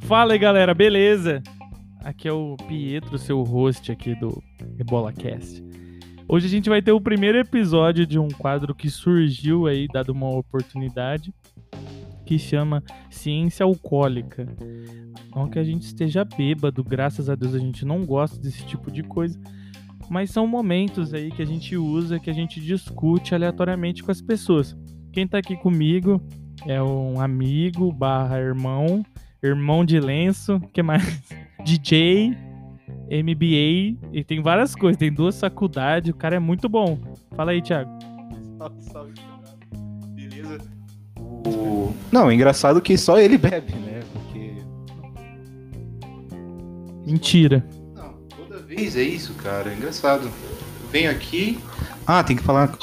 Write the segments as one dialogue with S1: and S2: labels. S1: Fala aí, galera, beleza? Aqui é o Pietro, seu host aqui do Ebola Cast. Hoje a gente vai ter o primeiro episódio de um quadro que surgiu aí, dado uma oportunidade, que chama Ciência Alcoólica. Não que a gente esteja bêbado, graças a Deus a gente não gosta desse tipo de coisa, mas são momentos aí que a gente usa, que a gente discute aleatoriamente com as pessoas. Quem tá aqui comigo é um amigo barra irmão, irmão de lenço, que mais? DJ, MBA, e tem várias coisas, tem duas faculdades, o cara é muito bom. Fala aí, Thiago.
S2: Salve, salve, camarada. Beleza? O... Não, é engraçado que só ele bebe, né? Porque.
S1: Mentira.
S2: Não, toda vez é isso, cara. É engraçado. Eu venho aqui. Ah, tem que falar.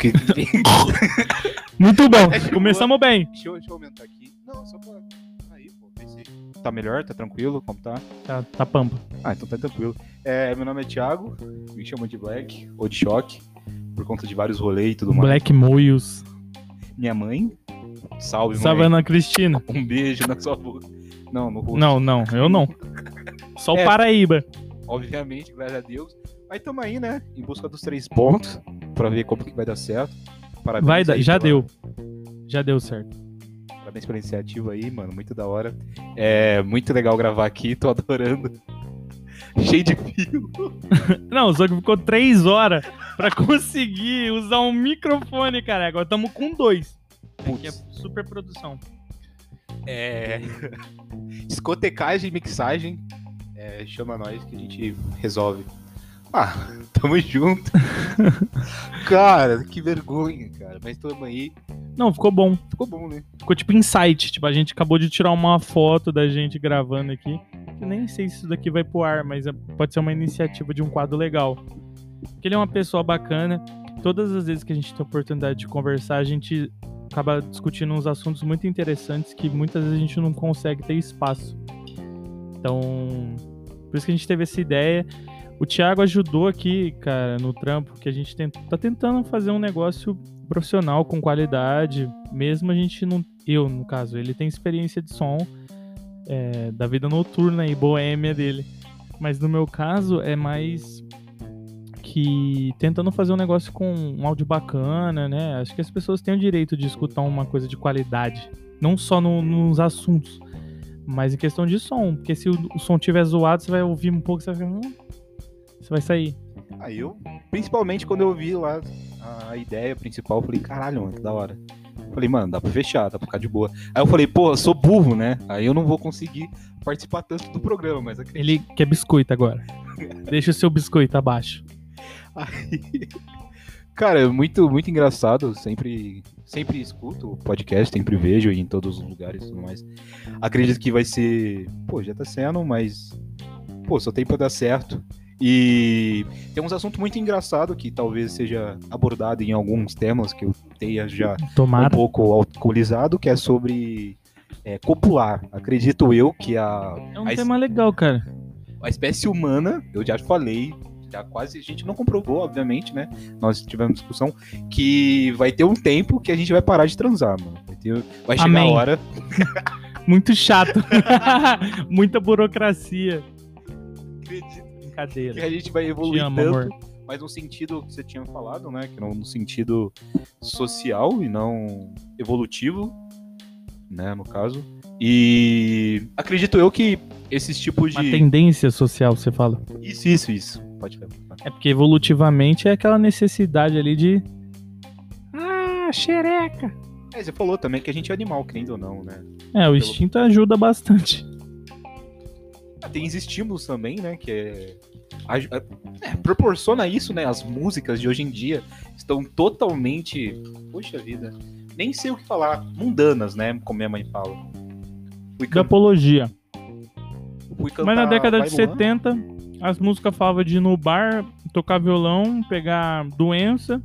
S2: Que-
S1: Muito bom,
S2: É, chegou.
S1: começamos bem.
S2: deixa, eu, deixa eu aumentar aqui. Não, só pra. Aí, pô, pensei. Tá melhor? Tá tranquilo? Como tá?
S1: Tá, tá pampa.
S2: Ah, então tá tranquilo. É, meu nome é Thiago, me chamam de Black, ou de Choque, por conta de vários rolês e tudo mais.
S1: Black Moyles.
S2: Minha mãe. Salve,
S1: Salve,
S2: mãe.
S1: Ana Cristina.
S2: Um beijo na sua boca. Não, no rosto.
S1: Não, não, eu não. Só o
S2: É.
S1: Paraíba.
S2: obviamente, graças a Deus. Mas estamos aí, né? Em busca dos três pontos, pra ver como que vai dar certo. Parabéns
S1: Vai, dar-
S2: aí
S1: já
S2: pela-
S1: deu. Já deu certo.
S2: Parabéns pela iniciativa aí, mano. Muito da hora. É muito legal gravar aqui, tô adorando. Cheio de fio.
S1: Não, só que ficou três horas pra conseguir usar um microfone, cara. Agora estamos com dois. Que é
S2: Putz,
S1: super produção.
S2: é... Escotecagem e mixagem. É, chama nós que a gente resolve. Ah, tamo junto. cara, que vergonha, cara. Mas tamo aí.
S1: Não, ficou bom.
S2: Ficou bom, né?
S1: Ficou tipo insight. Tipo, a gente acabou de tirar uma foto da gente gravando aqui. Eu nem sei se isso daqui vai pro ar, mas é- pode ser uma iniciativa de um quadro legal. Porque ele é uma pessoa bacana. Todas as vezes que a gente tem a oportunidade de conversar, a gente acaba discutindo uns assuntos muito interessantes que muitas vezes a gente não consegue ter espaço. Então, por isso que a gente teve essa ideia. O Thiago ajudou aqui, cara, no trampo, que a gente tent- tá tentando fazer um negócio profissional com qualidade, mesmo a gente não. Eu, no caso, ele tem experiência de som é, da vida noturna e boêmia dele. Mas no meu caso é mais que tentando fazer um negócio com um áudio bacana, né? Acho que as pessoas têm o direito de escutar uma coisa de qualidade. Não só no- nos assuntos, mas em questão de som. Porque se o, o som tiver zoado, você vai ouvir um pouco, você vai ficar. "Hum", Você vai sair.
S2: Aí eu, principalmente quando eu vi lá a ideia principal, eu falei, caralho, mano, que da hora. Falei, mano, dá pra fechar, dá pra ficar de boa. Aí eu falei, pô, eu sou burro, né? Aí eu não vou conseguir participar tanto do programa, mas acredito.
S1: Ele quer biscoito agora. Deixa o seu biscoito abaixo.
S2: Cara, é muito, muito engraçado. eu Sempre, sempre escuto o podcast, sempre vejo em todos os lugares e tudo mais. Acredito que vai ser. Pô, já tá sendo, mas. Pô, só tem pra dar certo. E tem uns assuntos muito engraçados que talvez seja abordado em alguns temas que eu tenha já um
S1: Tomara.
S2: pouco alcoolizado, que é sobre é, copular. Acredito eu que a,
S1: É um
S2: a es-
S1: tema legal, cara.
S2: a espécie humana, eu já falei, já quase a gente não comprovou, obviamente, né? Nós tivemos discussão que vai ter um tempo que a gente vai parar de transar, mano. Vai, ter- vai chegar
S1: Amém.
S2: a hora.
S1: Muito chato. Muita burocracia.
S2: Acredito que
S1: Brincadeira.
S2: a gente vai
S1: Te
S2: evoluir
S1: amo,
S2: tanto,
S1: amor.
S2: mas no sentido que você tinha falado, né? Que não no sentido social e não evolutivo, né? No caso. E acredito eu que esses tipos de
S1: Uma tendência social, você fala.
S2: Isso, isso, isso. Pode falar.
S1: É porque evolutivamente é aquela necessidade ali de. Ah, xereca.
S2: É, você falou também que a gente é animal, querendo ou não, né?
S1: É, o
S2: Pelo-
S1: instinto ajuda bastante.
S2: Ah, Tem os estímulos também, né? Que é, aj- é, é, proporciona isso, né? As músicas de hoje em dia estão totalmente. Poxa vida. Nem sei o que falar. Mundanas, né? Como minha mãe fala. Fui,
S1: De
S2: can...
S1: apologia.
S2: fui cantar
S1: Mas na década de
S2: Vai Luan.
S1: 70, as músicas falavam de ir no bar, tocar violão, pegar doença.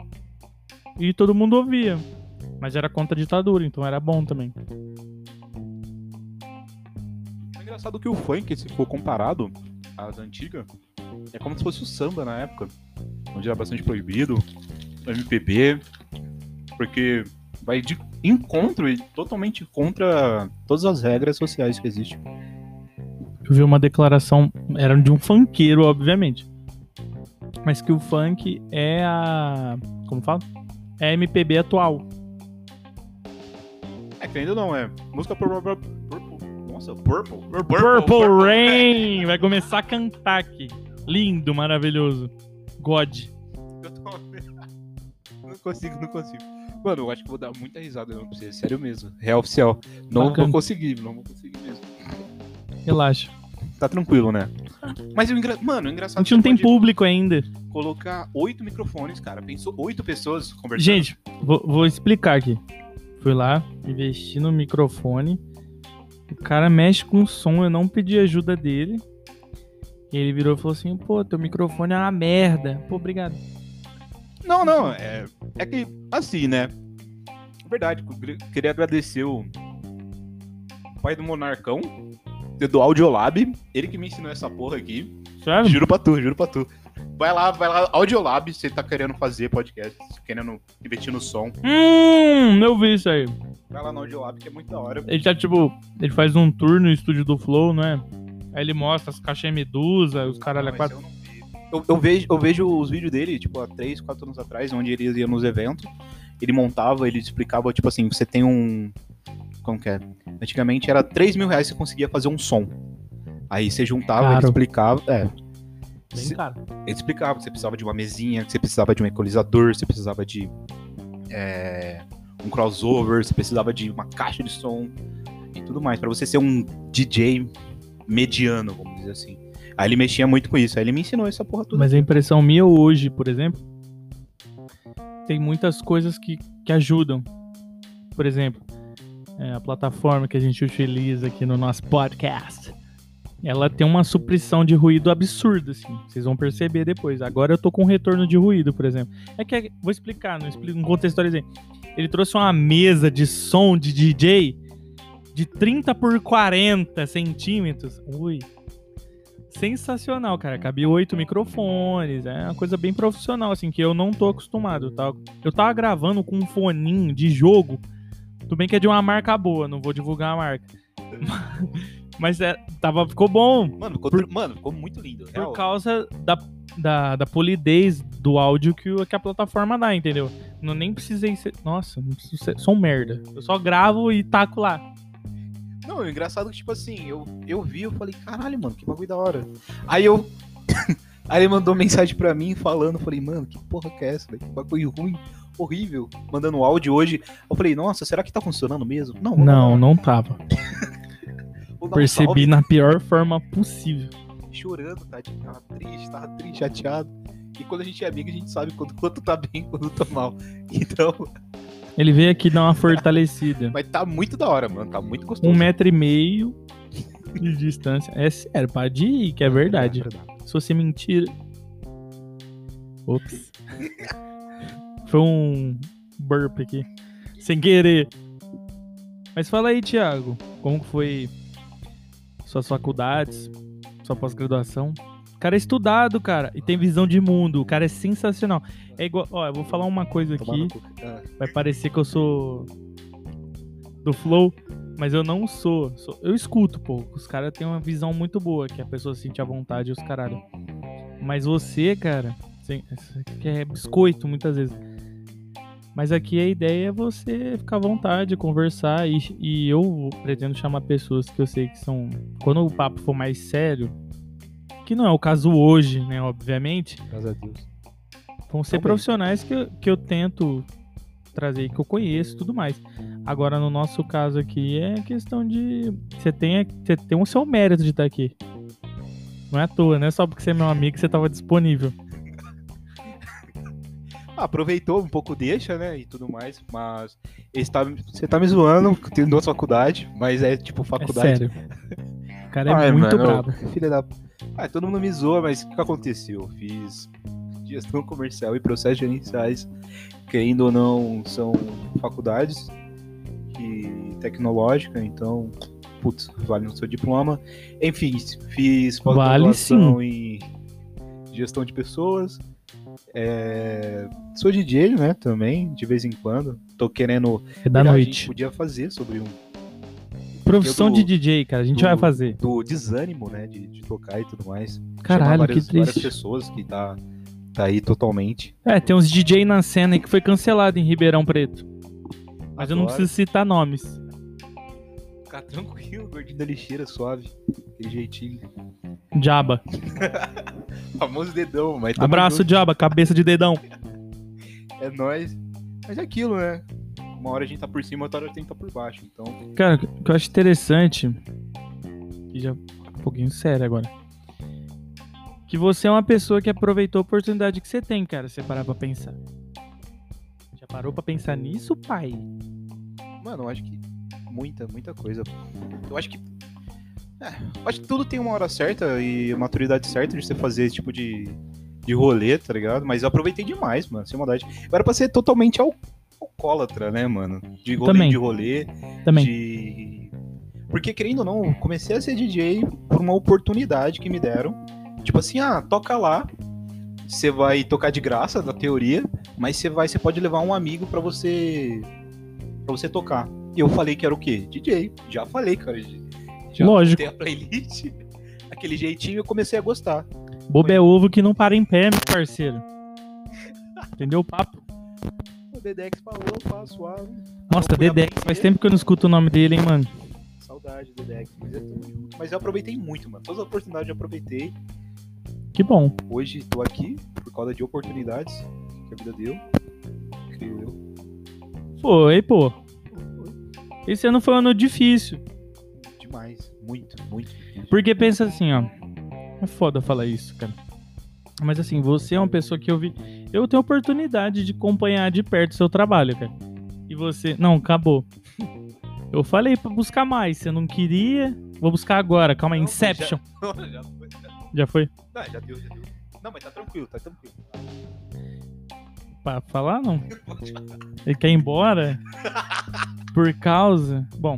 S1: E todo mundo ouvia. Mas era contra a ditadura, então era bom também.
S2: É engraçado que o funk, se for comparado às antigas, é como se fosse o samba na época, onde era bastante proibido, MPB, porque vai de encontro e totalmente contra todas as regras sociais que existem.
S1: Eu vi uma declaração, era de um funkeiro, obviamente. Mas que o funk é a. Como fala? É a MPB atual.
S2: É, querendo ou não, é música purple, purple, purple. Nossa, purple. Purple,
S1: Purple, Rain! Vai começar a cantar aqui. Lindo, maravilhoso. God.
S2: Eu tô- Não consigo, não consigo. Mano, eu acho que vou dar muita risada mesmo pra você, sério mesmo. Real oficial. Não
S1: Bacana.
S2: vou conseguir, não vou conseguir mesmo.
S1: Relaxa.
S2: Tá tranquilo, né? Mas o engra... Mano, o
S1: A
S2: engraçado
S1: gente não
S2: é
S1: tem
S2: que você
S1: público ainda.
S2: pode colocar oito microfones, cara. Pensou oito pessoas conversando.
S1: Gente, vou, vou explicar aqui. Fui lá, investi no microfone. O cara mexe com o som, eu não pedi ajuda dele. Ele virou e falou assim: pô, teu microfone é uma merda. Pô, obrigado.
S2: Não, não, é, é que assim, né? Verdade, eu queria- queria agradecer o pai do Monarcão, do Audiolab, ele que me ensinou essa porra aqui.
S1: Sabe?
S2: Juro pra tu, juro pra tu. Vai lá, vai lá, Audiolab, se você tá querendo fazer podcast, querendo investir no som.
S1: Hum, eu vi isso aí.
S2: Vai lá no Audiolab, que é muito da hora.
S1: Ele tá tipo, ele faz um tour no estúdio do Flow, não é? Aí ele mostra as caixas Medusa, os caralho a
S2: Mas
S1: quatro.
S2: eu não vi. Eu, eu vejo, eu vejo os vídeos dele, tipo, há 3, 4 anos atrás, onde ele ia nos eventos. Ele montava, ele explicava, tipo assim, você tem um. Como que é? Antigamente era 3 mil reais que você conseguia fazer um som. Aí você juntava,
S1: Caro.
S2: ele explicava. É.
S1: Bem,
S2: Se-
S1: cara.
S2: Ele explicava que você precisava de uma mesinha, que você precisava de um equalizador, você precisava de é, um crossover, você precisava de uma caixa de som e tudo mais, Pra você ser um DJ mediano, vamos dizer assim. Aí ele mexia muito com isso, aí ele me ensinou essa porra toda.
S1: Mas a impressão minha hoje, por exemplo, tem muitas coisas que, que ajudam. Por exemplo, é, a plataforma que a gente utiliza aqui no nosso podcast, ela tem uma supressão de ruído absurda, assim. Vocês vão perceber depois. Agora eu tô com um retorno de ruído, por exemplo. É que, vou explicar, não, expli- não contextualizei. Ele trouxe uma mesa de som de DJ de 30 por 40 centímetros. Ui sensacional, cara. Cabia oito microfones, é uma coisa bem profissional, assim, que eu não tô acostumado. Tá? Eu tava gravando com um foninho de jogo, tudo bem que é de uma marca boa, não vou divulgar a marca. Mas é, tava, ficou bom,
S2: Mano, ficou, mano, ficou muito lindo.
S1: por causa da, da, da polidez do áudio que, o- que a plataforma dá, entendeu? Não nem precisei ser. Nossa, não preciso ser. Sou um merda. Eu só gravo e taco lá.
S2: Não, o engraçado é que, tipo assim, eu, eu vi, eu falei, caralho, mano, que bagulho da hora. Aí eu. Aí ele mandou mensagem pra mim falando, eu falei, mano, que porra que é essa, velho? Que bagulho ruim, horrível. Mandando um áudio hoje. Eu falei, nossa, será que tá funcionando mesmo? Não, vou
S1: Não,
S2: dar-
S1: não tava.
S2: vou dar um
S1: Percebi
S2: salve.
S1: na pior forma possível.
S2: Chorando, tá? Tipo, Tava triste, tava triste, chateado. E quando a gente é amigo, a gente sabe quando o outro tá bem, quando tá mal. Então,
S1: Ele veio aqui dar uma fortalecida.
S2: mas tá muito da hora, mano. Tá muito gostoso.
S1: um metro e meio de distância. É sério, para de ir, que é verdade. Se você mentir. Ops. Foi um burp aqui. Sem querer. Mas fala aí, Thiago. Como que foi suas faculdades, sua pós-graduação? O cara é estudado, cara, e tem visão de mundo. O cara é sensacional. É igual. Ó, eu vou falar uma coisa
S2: Tomar
S1: aqui.
S2: no cu. Ah,
S1: Vai parecer que eu sou do flow, mas eu não sou. Sou- eu escuto pouco. Os caras têm uma visão muito boa, que a pessoa se sente à vontade e os caralho. Mas você, cara, você- você quer biscoito muitas vezes. Mas aqui a ideia é você ficar à vontade, conversar. E, e eu pretendo chamar pessoas que eu sei que são. Quando o papo for mais sério, que não é o caso hoje, né? Obviamente.
S2: graças a Deus.
S1: Vão ser
S2: Também.
S1: profissionais que eu, que eu tento trazer, que eu conheço e tudo mais. Agora, no nosso caso aqui, é questão de. Você tem, você tem o seu mérito de estar aqui. Não é à toa, não é só porque você é meu amigo que você estava disponível.
S2: aproveitou um pouco deixa, né, e tudo mais, mas ele tá, você tá me zoando, tem duas faculdades, mas é tipo
S1: É
S2: faculdade.
S1: sério. O cara é muito brabo.
S2: Filha da... Ah, todo mundo me zoa, mas o que aconteceu? Eu fiz gestão comercial e processos gerenciais, que ainda ou não são faculdades e tecnológica, então, putz, vale no seu diploma. Enfim, fiz
S1: Vale
S2: pós-graduação em gestão de pessoas, É, Sou DJ, né? Também, de vez em quando. Tô querendo.
S1: É da
S2: a gente
S1: noite.
S2: Podia fazer sobre um
S1: Profissão
S2: do-
S1: de DJ, cara. A gente
S2: do-
S1: vai fazer.
S2: do desânimo, né? De, de tocar e tudo mais. Chamar
S1: Caralho,
S2: várias,
S1: que triste.
S2: várias pessoas que tá, tá aí totalmente.
S1: É, tem uns DJ na cena aí que foi cancelado em Ribeirão Preto. Mas eu não
S2: Adoro.
S1: preciso citar nomes.
S2: Ficar tranquilo, gordinho da lixeira, suave. Aquele jeitinho.
S1: Jaba.
S2: Famoso dedão, mas. tamo
S1: Abraço, Jaba, cabeça de dedão.
S2: junto, É nóis. Mas é aquilo, né? Uma hora a gente tá por cima, outra hora a gente tá por baixo. Então.
S1: Cara, o que eu acho interessante. E já um pouquinho sério agora. Que você é uma pessoa que aproveitou a oportunidade que você tem, cara, se você parar pra pensar. Já parou pra pensar nisso, pai?
S2: Mano, eu acho que muita, muita coisa. Eu acho que. É, eu acho que tudo tem uma hora certa e uma maturidade certa de você fazer esse tipo de, de rolê, tá ligado? Mas eu aproveitei demais, mano, sem maldade. Eu era pra ser totalmente al alcoólatra, né, mano? De rolê,
S1: Também.
S2: de rolê,
S1: Também.
S2: de... Porque, querendo ou não, eu comecei a ser DJ por uma oportunidade que me deram. Tipo assim, ah, toca lá. Você vai tocar de graça, na teoria, mas você vai, você pode levar um amigo pra você para você tocar. E eu falei que era o quê? DJ. Já falei que eu era DJ. Já
S1: Lógico.
S2: Tem a playlist. Aquele jeitinho eu comecei a gostar.
S1: Bobo é ovo que não para em pé, meu parceiro. Entendeu o papo?
S2: O Dedex falou, ah, pá, suave.
S1: Nossa,
S2: Procura
S1: Dedex,
S2: aprender.
S1: faz tempo que eu não escuto o nome dele, hein, mano.
S2: Saudade, Dedex. Mas, é tamo junto. mas eu aproveitei muito, mano. Todas as oportunidades eu aproveitei.
S1: Que bom.
S2: Hoje tô aqui por causa de oportunidades que a vida deu. Creio eu.
S1: Foi, pô.
S2: Foi
S1: Esse ano foi um ano difícil.
S2: Demais. Muito, muito.
S1: Porque pensa assim, ó. É foda falar isso, cara. Mas assim, você é uma pessoa que eu vi. Eu tenho oportunidade de acompanhar de perto o seu trabalho, cara. E você. Não, acabou. Eu falei pra buscar mais, você não queria. Vou buscar agora, calma aí,
S2: Não, mas já-
S1: Inception.
S2: já foi. Já,
S1: Já foi?
S2: não, já deu, já deu. Não, mas tá tranquilo, tá tranquilo.
S1: Pra falar, não? Ele quer ir embora? Por causa. Bom,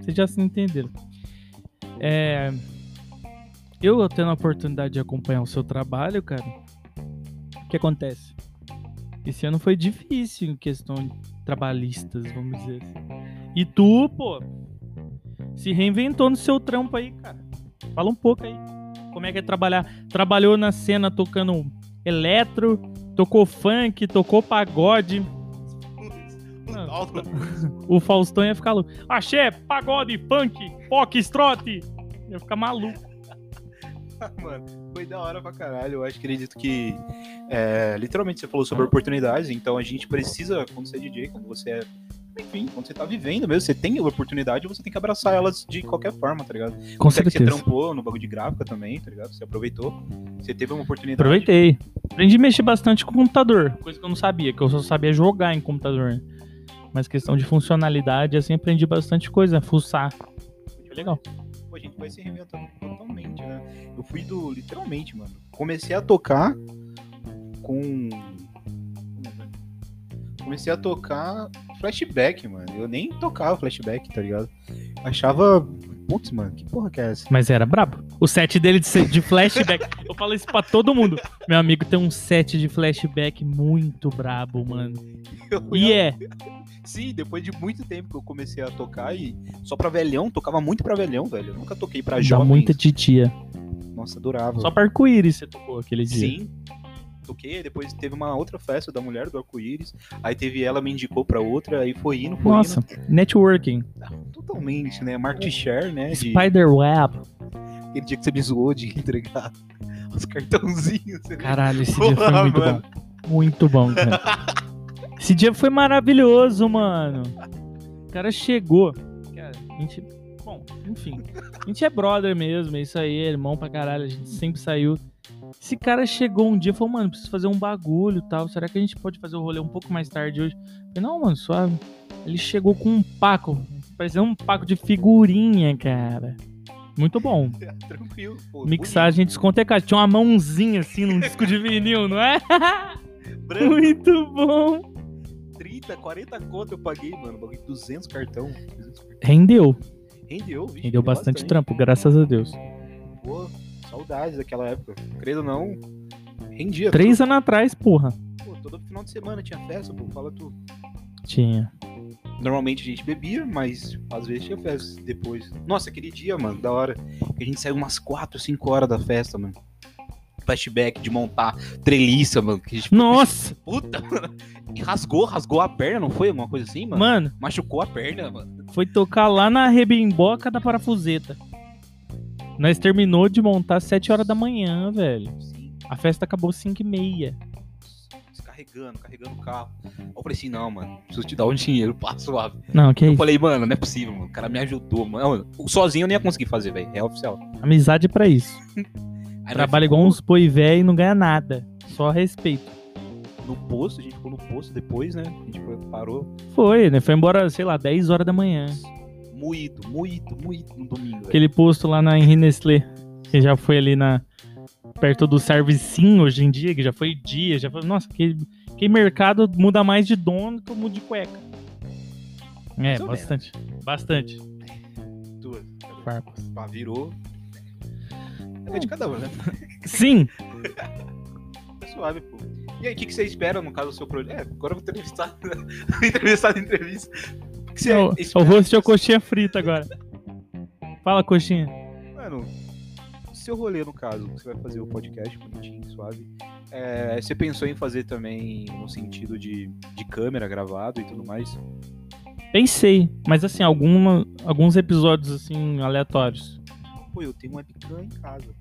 S1: vocês já se entenderam. É, Eu tendo a oportunidade de acompanhar o seu trabalho, cara. O que acontece? Esse ano foi difícil em questão de trabalhistas, vamos dizer assim. E tu, pô, se reinventou no seu trampo aí, cara. Fala um pouco aí. Como é que é trabalhar? Trabalhou na cena tocando eletro, tocou funk, tocou pagode.
S2: O
S1: Não.
S2: Dalton.
S1: O Faustão ia ficar louco. Axé, pagode, funk, foxtrot. Ia ficar maluco.
S2: Mano, foi da hora pra caralho. Eu acho que acredito que. é, literalmente, você falou sobre oportunidades, então a gente precisa, quando você é DJ, quando você é. Enfim, quando você tá vivendo mesmo, você tem oportunidade, você tem que abraçar elas de qualquer forma, tá ligado?
S1: Com
S2: Você que você trampou no bagulho de gráfica também, tá ligado? Você aproveitou. Você teve uma oportunidade.
S1: Aproveitei. Aprendi a mexer bastante com o computador. Coisa que eu não sabia, que eu só sabia jogar em computador. né? Mas questão de funcionalidade, assim, aprendi bastante coisa. Fuçar. Foi legal.
S2: Pô, a gente vai se reinventando totalmente, né? Eu fui do. Literalmente, mano. Comecei a tocar com. Comecei a tocar flashback, mano. Eu nem tocava flashback, tá ligado? Achava. Putz, mano, que porra que é essa?
S1: Mas era brabo. O set dele de, de flashback. eu falo isso pra todo mundo. Meu amigo tem um set de flashback muito brabo, mano.
S2: Eu
S1: E
S2: fui-
S1: é.
S2: Sim, depois de muito tempo que eu comecei a tocar e só pra velhão, tocava muito pra velhão, velho. Eu nunca toquei pra
S1: Dá
S2: jovem.
S1: muita titia.
S2: Nossa, adorava.
S1: Só pra arco-íris você tocou aquele dia.
S2: Sim. Toquei, depois teve uma outra festa da mulher do arco-íris. Aí teve ela, me indicou pra outra, aí foi indo, foi
S1: Nossa, networking.
S2: indo. Totalmente, né? Market share, né? De,
S1: Spiderweb.
S2: aquele dia que você me zoou de entregar os cartãozinhos. né?
S1: Caralho, esse dia foi
S2: Porra,
S1: muito
S2: mano.
S1: bom. Muito bom, cara. Esse dia foi maravilhoso, mano. O cara chegou. Cara, a gente. Bom, enfim. A gente é brother mesmo, é isso aí, irmão pra caralho. A gente sempre saiu. Esse cara chegou um dia e falou, mano, preciso fazer um bagulho e tal. Será que a gente pode fazer o rolê um pouco mais tarde hoje? Eu falei, não, mano, suave. Ele chegou com um paco. Parecia um paco de figurinha, cara. Muito bom.
S2: tá Tranquilo. Pô,
S1: Mixagem descontecada. Tinha uma mãozinha assim num disco de vinil, não é?
S2: bonito, branco,
S1: Muito bom.
S2: 30, 40 conto eu paguei, mano. Bagulho, 200 cartão. 200 cartão.
S1: Rendeu.
S2: Rendeu, vixe,
S1: Rendeu bastante trampo, graças a Deus.
S2: Pô, saudades daquela época. Credo ou não, Rendia.
S1: Três anos atrás, porra.
S2: Pô, todo final de semana tinha festa, pô, fala tu.
S1: Tinha.
S2: Normalmente a gente bebia, mas às vezes tinha festa depois. Nossa, aquele dia, mano, da hora. Que a gente saiu umas 4, 5 horas da festa, mano. Flashback de montar treliça, mano. Que a gente,
S1: Nossa!
S2: puta, mano. E rasgou, rasgou a perna, não foi? Alguma coisa assim, mano?
S1: Mano,
S2: Machucou a perna, mano.
S1: foi tocar lá na rebimboca da parafuseta. Nós terminou de montar sete horas da manhã, velho.
S2: Sim.
S1: A festa acabou cinco e meia.
S2: Descarregando, carregando o carro. Eu falei assim, não, mano, preciso te dar um dinheiro, pá, suave.
S1: Não, que
S2: Eu
S1: isso?
S2: falei, mano, não é possível, mano. O cara me ajudou, mano. Sozinho eu não ia conseguir fazer, velho. É oficial.
S1: Amizade é pra isso.
S2: Aí nós
S1: Trabalha igual uns boi velho e não ganha nada. Só respeito.
S2: ficamos No posto, a gente ficou no posto depois, né? A gente foi, parou.
S1: Foi, né? Foi embora, sei lá, 10 horas da manhã.
S2: Moído, moído, moído no domingo. velho.
S1: Aquele posto lá na Henri Nestlé, que já foi ali na. perto do Servicinho hoje em dia, que já foi dia, já foi. Nossa, que, que mercado muda mais de dono que muda de cueca. É,
S2: Mais ou
S1: bastante. Bastante.
S2: Duas.
S1: Farpas.
S2: Pá, virou. É meio de cada um, né?
S1: Sim!
S2: É suave, pô. E aí, o que, que você espera no caso do seu projeto? É, agora eu vou entrevistar. entrevistar na entrevista. O que você
S1: Eu, eu
S2: espera
S1: vou assistir a
S2: do seu-
S1: coxinha frita agora. Fala, coxinha.
S2: Mano, o seu rolê, no caso, que você vai fazer o podcast bonitinho, suave. é, você pensou em fazer também no sentido de, de câmera gravado e tudo mais?
S1: Pensei, mas assim, alguma, alguns episódios assim, aleatórios.
S2: Pô, eu tenho uma webcam em casa.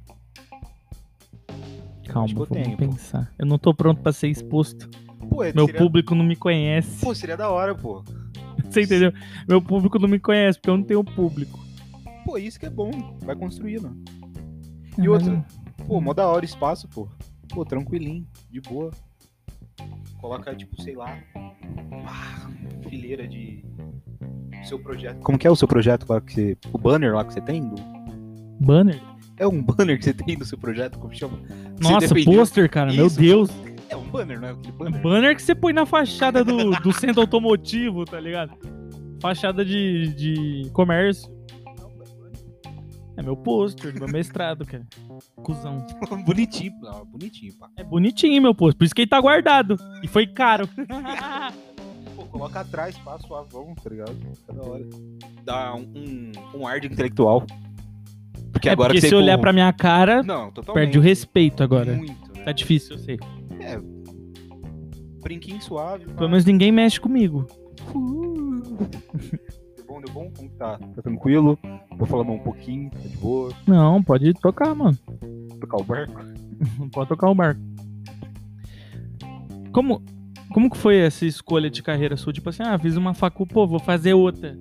S1: Calma,
S2: Acho que eu
S1: Tipo, vamos
S2: tenho, pô.
S1: pensar. Eu não tô pronto pra ser exposto.
S2: Pô, é-
S1: Meu
S2: seria...
S1: público não me conhece.
S2: Pô, seria da hora, pô.
S1: Você entendeu? Meu público não me conhece, porque eu não tenho público.
S2: Pô, isso que é bom. Vai construindo. E outra, pô, mó da hora o espaço, pô. Pô, tranquilinho, de boa. Coloca, tipo, sei lá, uma fileira de seu projeto. Como que é o seu projeto lá que você... O banner lá que você tem? do-
S1: Banner?
S2: É um banner que você tem do seu projeto? Como chama? Você
S1: Nossa,
S2: defendeu-
S1: pôster, cara, meu
S2: Isso.
S1: Deus.
S2: É um banner, não é aquele banner?
S1: Banner que você põe na fachada do, do centro automotivo, tá ligado? Fachada de, de comércio. É meu pôster, do meu mestrado, cara. Cusão.
S2: bonitinho, não, bonitinho, pá.
S1: É bonitinho meu pôster, por isso que ele tá guardado. E foi caro.
S2: Pô, coloca atrás, passa o avão, tá ligado? Fica da hora. Dá um, um, um ar de intelectual. Porque
S1: é
S2: agora
S1: porque
S2: que
S1: se
S2: você
S1: olhar
S2: com-
S1: pra minha cara,
S2: Não, totalmente.
S1: perde o respeito agora.
S2: Muito, né?
S1: Tá difícil, eu sei.
S2: Brinquinho suave.
S1: Pelo menos ninguém mexe comigo.
S2: Deu bom, deu bom? Como que tá? Tá tranquilo? Vou falar mais um pouquinho, tá de boa.
S1: Não, pode tocar, mano.
S2: Tocar o barco.
S1: Não pode tocar o barco. Como, como que foi essa escolha de carreira sua? Tipo assim, ah, fiz uma facu, pô, vou fazer outra.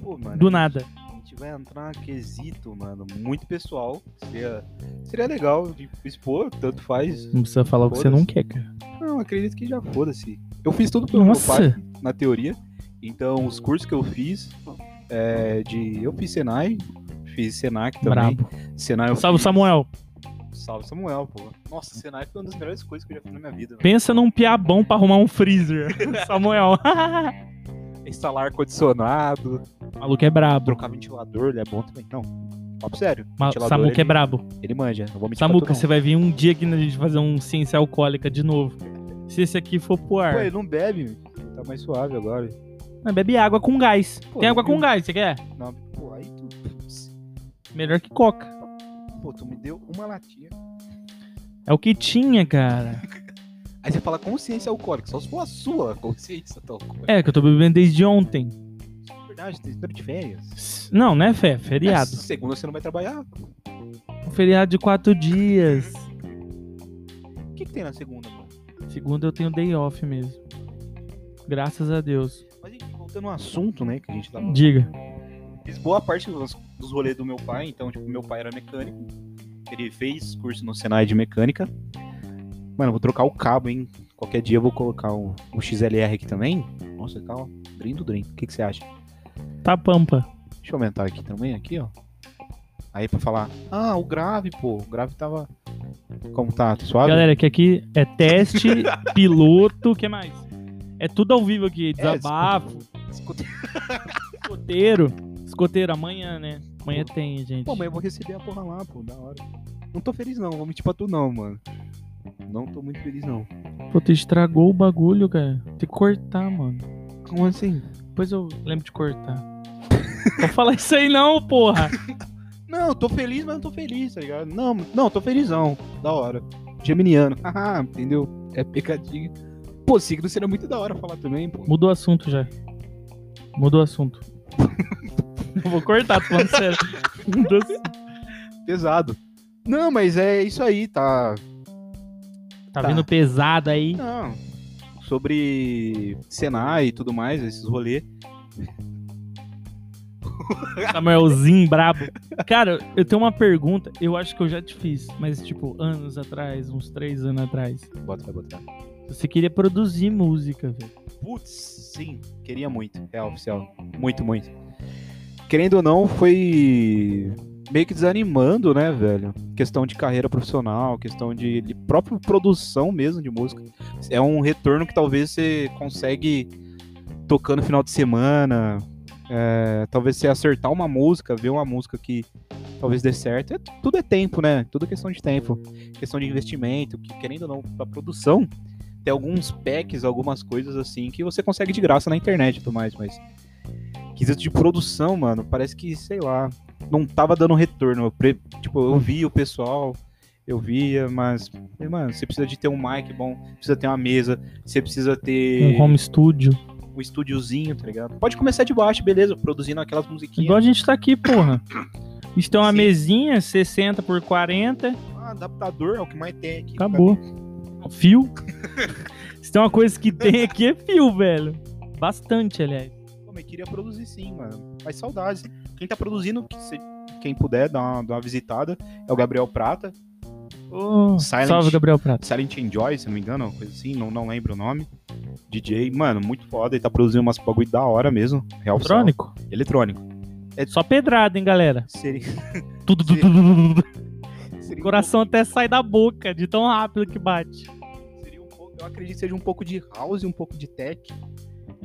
S2: Pô, mano.
S1: Do nada.
S2: A gente vai entrar num quesito, mano, muito pessoal. Seria, seria legal de expor, tanto faz.
S1: Não precisa falar o que você não
S2: Foda-se.
S1: quer, cara.
S2: Não, acredito que já foda-se. Eu fiz tudo pelo meu
S1: Nossa,
S2: pai, na teoria. Então, os cursos que eu fiz, é, de, eu fiz Senai, fiz Senac também.
S1: brabo.
S2: Senai eu
S1: Salve,
S2: fiz-
S1: Samuel.
S2: Salve Samuel, pô. Nossa, Senai foi uma das melhores coisas que eu já fiz na minha vida. mano.
S1: Pensa num piá bom pra arrumar um freezer. Samuel.
S2: Instalar ar-condicionado,
S1: O maluco é brabo.
S2: trocar ventilador, ele é bom também. Não, papo sério.
S1: Ma-
S2: ventilador,
S1: Samuca
S2: ele,
S1: é brabo.
S2: Ele manja, não vou me
S1: Samuca, você vai vir um dia aqui na gente fazer um ciência alcoólica de novo. Se esse aqui for pro
S2: Pô,
S1: ar.
S2: ele não bebe, meu. Ele tá mais suave agora.
S1: Mas bebe água com gás.
S2: Pô,
S1: Tem água
S2: eu-
S1: com gás, você quer?
S2: Não, pô, aí tu...
S1: Melhor que coca.
S2: Pô, tu me deu uma latinha.
S1: É o que tinha, cara.
S2: Aí você fala consciência alcoólica, só se for a sua consciência tá alcoólica.
S1: É, que eu tô bebendo desde ontem.
S2: É verdade, tem história de férias.
S1: Não, né, Fé? Feriado.
S2: Mas Segunda você não vai trabalhar.
S1: Um feriado de quatro dias.
S2: O que, que tem na segunda, mano?
S1: Segunda eu tenho day off mesmo. Graças a Deus.
S2: Mas enfim, voltando ao assunto, né, que a gente tava
S1: Diga.
S2: fiz boa parte dos, dos rolês do meu pai, então, tipo, meu pai era mecânico, ele fez curso no Senai de mecânica. Mano, eu vou trocar o cabo, hein? Qualquer dia eu vou colocar o, o XLR aqui também. Nossa, calma, dream do dream. O que, que você acha?
S1: Tá pampa.
S2: Deixa eu aumentar aqui também, aqui, ó. Aí pra falar, ah, o grave, pô, o grave tava... Como tá? Tá suave?
S1: Galera, que aqui é teste, piloto, o que mais? É tudo ao vivo aqui. Desabafo,
S2: Escuta-
S1: escoteiro. Escoteiro, amanhã, né? Amanhã tem, gente.
S2: Pô, mas eu vou receber a porra lá, pô, da hora. Não tô feliz não, vou mentir pra tu não, mano. Não tô muito feliz não.
S1: Pô, tu estragou o bagulho, cara. Tem que cortar, mano.
S2: Como assim?
S1: Depois eu lembro de cortar. Não fala isso aí não, porra.
S2: Não, tô feliz, mas não tô feliz, tá ligado? Não, não, tô felizão. Da hora. Geminiano. Haha, entendeu? É pecadinho. Pô, signo seria muito da hora falar também, pô.
S1: Mudou o assunto já. Mudou o assunto. Não vou cortar, tô falando sério. Mudou o assunto.
S2: Pesado. Não, mas é isso aí, tá?
S1: Tá,
S2: Tá.
S1: vindo pesado aí.
S2: Não. Sobre Senai e tudo mais, esses rolês.
S1: Samuelzinho brabo. Cara, eu tenho uma pergunta. Eu acho que eu já te fiz, mas tipo, anos atrás, uns três anos atrás.
S2: Bota, vai botar.
S1: Você queria produzir música, velho.
S2: Putz, sim, Uhum. queria muito. Real oficial. Muito, muito. Querendo ou não, foi meio que desanimando, né, velho? Questão de carreira profissional, questão de, de própria produção mesmo de música. É um retorno que talvez você consegue tocando final de semana. é, talvez você acertar uma música, ver uma música que talvez dê certo. É- tudo é tempo, né? Tudo é questão de tempo. Questão de investimento, que querendo ou não, pra produção tem alguns packs, algumas coisas assim que você consegue de graça na internet e tudo mais, mas quesito de produção, mano, parece que, sei lá, não tava dando retorno. Eu pre- Tipo, eu via o pessoal, eu via, mas, falei, mano, você precisa de ter um mic bom, precisa ter uma mesa, você precisa ter
S1: Um home studio.
S2: um estúdiozinho, tá ligado? Pode começar de baixo, beleza, produzindo aquelas
S1: Igual
S2: musiquinhas.
S1: a gente tá aqui, porra. A gente tem uma
S2: Sim.
S1: mesinha 60 por 40,
S2: Ah, adaptador é o que mais tem aqui.
S1: acabou. Fio. Se tem uma coisa que tem aqui é fio, velho. Bastante, aliás.
S2: Pô, mas queria produzir sim, mano. Faz saudades. Quem tá produzindo, que se- quem puder, dá uma, dá uma visitada. É o Gabriel Prata.
S1: Ô,
S2: Silent.
S1: Hum, Salve, Gabriel Prata.
S2: Silent Enjoy, se não me engano, uma coisa assim, não, não lembro o nome. DJ, mano, muito foda. Ele tá produzindo umas bagulho da hora mesmo. Real oficial.
S1: Eletrônico.
S2: Eletrônico.
S1: Só pedrada, hein, galera.
S2: Seria.
S1: Tudo,
S2: Sim.
S1: tudo, tudo, tudo, tudo.
S2: seria
S1: O
S2: um
S1: coração até sai da boca de tão rápido que bate.
S2: pouco- seria um pouco- eu acredito que seja um pouco de house, um pouco de tech.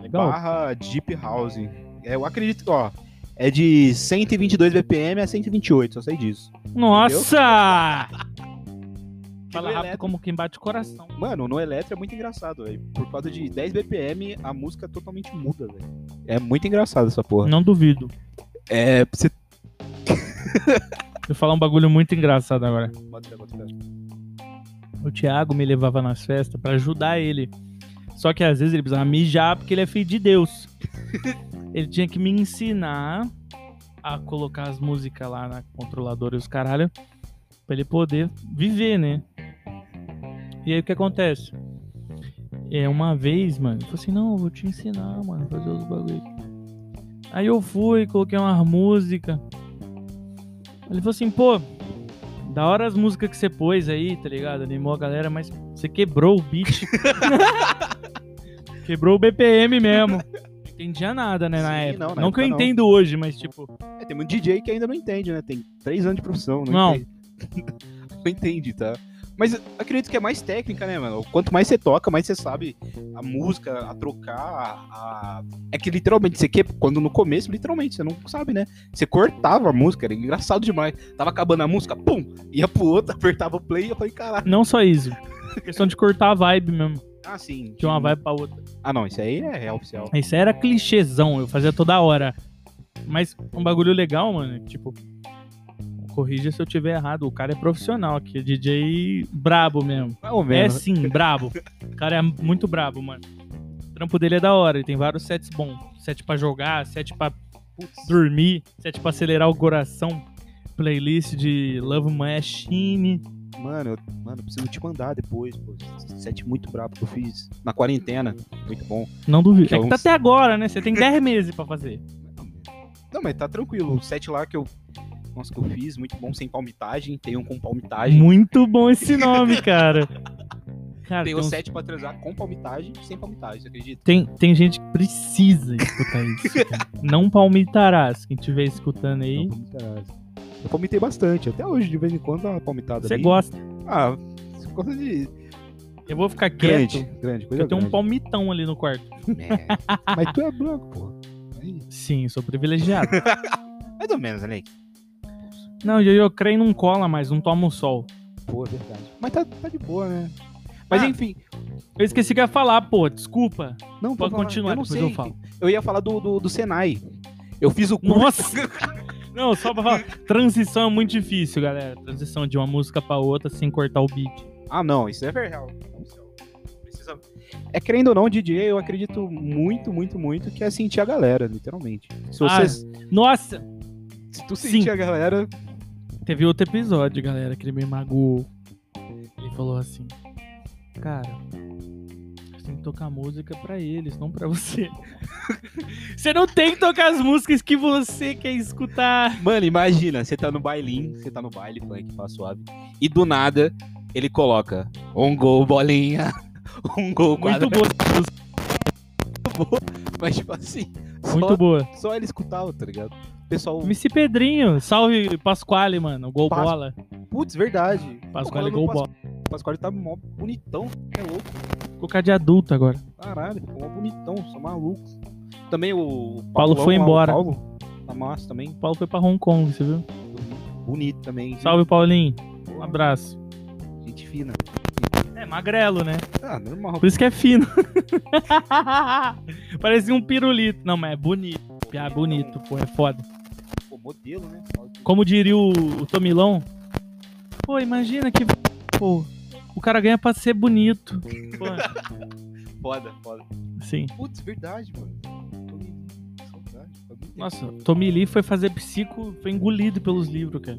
S1: Legal.
S2: Barra Deep House. É, eu acredito, ó. É de 122 BPM a 128, só sei disso.
S1: Nossa!
S2: Trio
S1: Fala rápido
S2: elétrico.
S1: como quem bate o coração.
S2: Mano, no eletro é muito engraçado, velho. Por causa de 10 BPM, a música totalmente muda, velho. É muito engraçado essa porra.
S1: Não duvido.
S2: É, você.
S1: Vou falar um bagulho muito engraçado agora.
S2: Bota, fé, bota, fé.
S1: O Thiago me levava nas festas pra ajudar ele. Só que às vezes ele precisava mijar porque ele é filho de Deus. ele tinha que me ensinar a colocar as músicas lá na controladora e os caralho pra ele poder viver, né? E aí o que acontece? É uma vez, mano, ele falou assim: "Não, eu vou te ensinar, mano, a fazer os bagulho". Aí eu fui, coloquei umas músicas. Ele falou assim: "Pô, da hora as músicas que você pôs aí, tá ligado? Animou a galera, mas você quebrou o beat. quebrou o BPM mesmo. Não entendia nada, né, na
S2: Sim,
S1: época.
S2: não,
S1: Não, que
S2: na
S1: eu
S2: época não.
S1: entendo hoje, mas tipo,
S2: É, tem muito DJ que ainda não entende, né? Tem três anos de profissão, não,
S1: Não.
S2: entende. não entende, tá? Mas eu acredito que é mais técnica, né, mano? Quanto mais você toca, mais você sabe a música, a trocar, a... É que literalmente, você que quando no começo, literalmente, você não sabe, né? Você cortava a música, era engraçado demais. Tava acabando a música, pum! Ia pro outro, apertava o play e eu falei, caralho.
S1: não só isso. questão de cortar a vibe mesmo.
S2: Ah, sim.
S1: De uma vibe pra outra.
S2: Ah, não, isso aí é real oficial.
S1: Isso era clichêzão, eu fazia toda hora. Mas um bagulho legal, mano, é que, tipo, corrija se eu tiver errado, o cara é profissional aqui, é DJ brabo mesmo.
S2: Mais ou
S1: É
S2: menos.
S1: sim, brabo. O cara é muito brabo, mano. O trampo dele é da hora, ele tem vários sets bons. Set pra jogar, set pra
S2: É, Putz.
S1: dormir, set pra acelerar o coração. Playlist de Love Machine.
S2: Mano, eu, mano, eu preciso te mandar depois, pô. Sete muito brabo que eu fiz na quarentena. Muito bom.
S1: Não duvido.
S2: Que é
S1: É que tá
S2: um-
S1: até agora, né? Você tem 10 meses pra fazer.
S2: Não, mas tá tranquilo. O set lá que eu. Nossa, que eu fiz, muito bom, sem palmitagem. Tem um com palmitagem.
S1: Muito bom esse nome, cara. Cara,
S2: Tem
S1: tem,
S2: um
S1: uns-
S2: set pra transar com palmitagem e sem palmitagem, você acredita?
S1: tem, tem gente que precisa escutar isso. cara. Não palmitarás. Quem estiver escutando aí,
S2: Eu palmitei bastante. Até hoje, de vez em quando, dá uma palmitada.
S1: você
S2: ali.
S1: gosta.
S2: Ah, você gosta de.
S1: Eu vou ficar quieto.
S2: Grande, grande,
S1: porque
S2: coisa
S1: eu tenho um
S2: grande.
S1: palmitão ali no quarto.
S2: É. Mas tu é branco, pô. Aí,
S1: Sim, sou privilegiado.
S2: Mais ou menos, Alex.
S1: Não, o Jojo Crane não cola mais, não toma o sol.
S2: Pô, é verdade. Mas tá, tá de boa, né? Mas
S1: Ah.
S2: enfim,
S1: Eu esqueci que ia falar, pô, desculpa.
S2: não
S1: Pode
S2: falar.
S1: continuar,
S2: Eu não
S1: depois
S2: sei.
S1: eu falo.
S2: Eu ia falar do, do, do Senai. Eu fiz o curso.
S1: Nossa! Não, só pra falar, transição é muito difícil, galera. Transição de uma música pra outra sem cortar o beat.
S2: Ah, não, isso é real. Precisa- É querendo ou não, DJ, eu acredito muito, muito, muito que é sentir a galera, literalmente. Se
S1: Ah,
S2: você,
S1: Nossa!
S2: se tu
S1: sim.
S2: sentir a galera,
S1: Teve outro episódio, galera, que ele me magoou. Ele falou assim: Cara, você tem que tocar música pra eles, não pra você. você não tem que tocar as músicas que você quer escutar.
S2: Mano, imagina, você tá no bailinho, você tá no baile, funk, fá suave, e do nada ele coloca um gol bolinha, um gol quadra,
S1: Muito boa, essa música,
S2: mas tipo assim,
S1: muito
S2: só,
S1: boa.
S2: só ele escutava, tá ligado? O pessoal,
S1: MC Pedrinho, salve Pasquale, mano. Gol
S2: Pas-
S1: bola.
S2: putz, verdade.
S1: Pasquale,
S2: Pô, falando
S1: gol
S2: do
S1: bola.
S2: O Pascoal tá mó bonitão, é louco,
S1: Colocar de adulto agora.
S2: caralho, mó bonitão, só maluco. Também o
S1: Paulo
S2: Paulão
S1: foi
S2: lá, o
S1: embora.
S2: Paulo, tá massa também,
S1: O Paulo foi pra Hong Kong, você viu?
S2: bonito também.
S1: Salve, Paulinho. Um abraço.
S2: Gente fina.
S1: É, magrelo, né?
S2: Ah, normal.
S1: Por isso que é fino. Parecia um pirulito. Não, mas é bonito. Ah, bonito, pô, é foda.
S2: Pô, modelo, né?
S1: Como diria o, o Tomilão, pô, imagina que. Pô, o cara ganha pra ser bonito. Pô,
S2: Foda, foda.
S1: sim.
S2: Putz, verdade, mano. Tô me- Saudade. faz muito tempo.
S1: Nossa, Tomili foi fazer psico, foi engolido pelos livros, cara.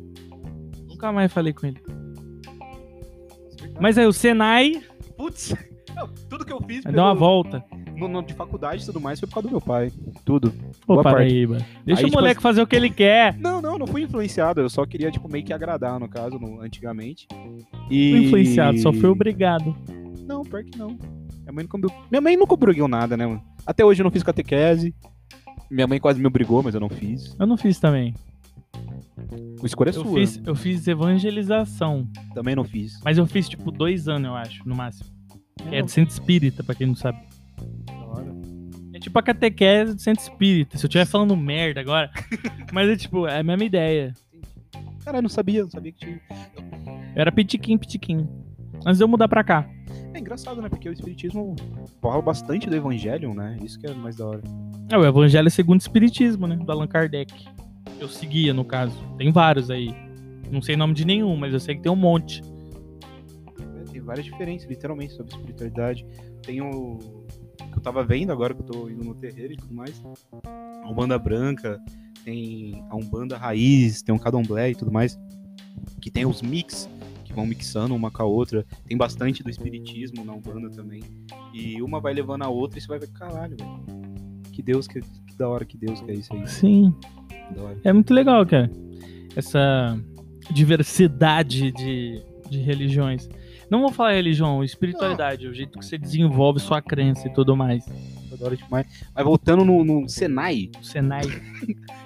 S1: Nunca mais falei com ele.
S2: Verdade.
S1: Mas aí, o Senai
S2: Putz, não, tudo que eu fiz
S1: deu uma volta.
S2: no, no- de faculdade e tudo mais foi por causa do meu pai. Tudo.
S1: Ô,
S2: Boa parte.
S1: Paraíba. Deixa
S2: Aí
S1: o moleque fazer o que ele quer.
S2: Não, não, não fui influenciado. Eu só queria, tipo, meio que agradar, no caso, no, antigamente. E...
S1: Fui influenciado, só fui obrigado.
S2: Não, pior que não. Minha mãe, não cobrou... Minha mãe nunca brigou nada, né, mano? Até hoje eu não fiz catequese. Minha mãe quase me obrigou, mas eu não fiz.
S1: Eu não fiz também.
S2: A escolha é
S1: Eu
S2: sua.
S1: fiz, eu fiz evangelização.
S2: Também não fiz.
S1: Mas eu fiz, tipo, dois anos, eu acho, no máximo. É do centro espírita, pra quem não sabe.
S2: Da hora.
S1: É tipo a catequese do centro espírita. Se eu estiver falando merda agora. mas é tipo, é a mesma ideia.
S2: Caralho, não sabia, não sabia que tinha.
S1: Eu era pitiquim, pitiquim. Antes de eu mudar pra cá.
S2: É engraçado, né? Porque o espiritismo fala bastante do evangelho, né? Isso que é mais da hora.
S1: É o Evangelho segundo o Espiritismo, né? Do Allan Kardec. Eu seguia, no caso. Tem vários aí. Não sei o nome de nenhum, mas eu sei que tem um monte.
S2: É, Tem várias diferenças, literalmente, sobre espiritualidade. Tem o. que eu tava vendo agora que eu tô indo no terreiro e tudo mais. A Umbanda Branca, tem a Umbanda Raiz, tem um Cadomblé e tudo mais. Que tem os mix, que vão mixando uma com a outra. Tem bastante do espiritismo na Umbanda também. E uma vai levando a outra e você vai ver, caralho, velho. Que Deus, que, que da hora que Deus que é isso aí.
S1: Sim.
S2: que Da hora.
S1: É muito legal, cara. Essa diversidade de, de religiões. Não vou falar religião, espiritualidade, o jeito que você desenvolve sua crença e tudo mais.
S2: Da hora demais. Mas voltando no, no Senai,
S1: O Senai.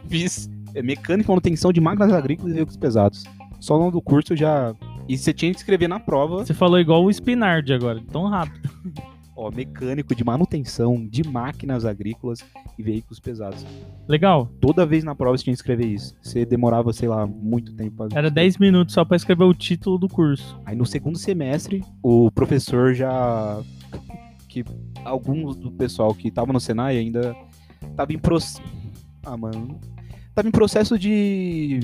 S2: fiz é, mecânica e manutenção de máquinas agrícolas e veículos pesados. Só o nome do curso eu já. E você tinha que escrever na prova,
S1: Você falou igual o Spinardi agora, tão rápido.
S2: ó, mecânico de manutenção de máquinas agrícolas e veículos pesados.
S1: Legal.
S2: Toda vez na prova você tinha que escrever isso. Você demorava, sei lá, muito tempo. pra-
S1: Era 10 minutos só pra escrever o título do curso.
S2: Aí no segundo semestre, o professor já. que alguns do pessoal que tava no Senai ainda tava em processo. Ah, mano. Tava em processo de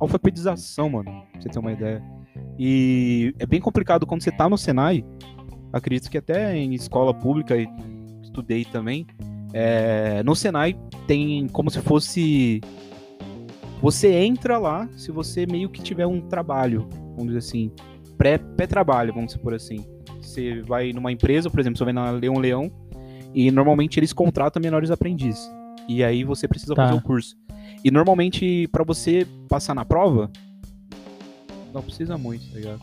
S2: alfabetização, mano. Pra você ter uma ideia. E é bem complicado quando você tá no Senai. Acredito que até em escola pública e estudei também. é, no Senai tem como se fosse. Você entra lá se você meio que tiver um trabalho, vamos dizer assim pré- pré-trabalho, vamos supor assim. Você vai numa empresa, por exemplo, você vai na Leão Leão, e normalmente eles contratam menores aprendizes. E aí você precisa
S1: Tá.
S2: fazer o curso. E normalmente, pra você passar na prova, não precisa muito, tá ligado?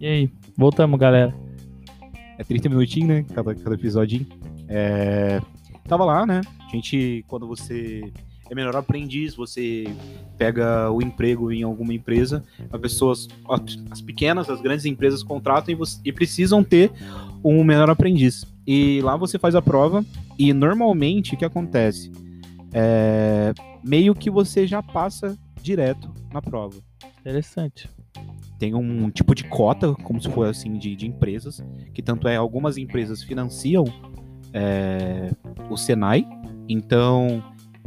S1: E aí, voltamos, galera.
S2: É 30 minutinhos, né? Cada, cada episodinho. É... Tava lá, né? A gente, quando você. é menor aprendiz, você pega o emprego em alguma empresa, as pessoas, as pequenas, as grandes empresas contratam e, você, e precisam ter um menor aprendiz. E lá você faz a prova e normalmente o que acontece? É, meio que você já passa direto na prova.
S1: Interessante.
S2: Tem um tipo de cota, como se fosse assim, de, de empresas, que tanto é algumas empresas financiam é, o Senai, então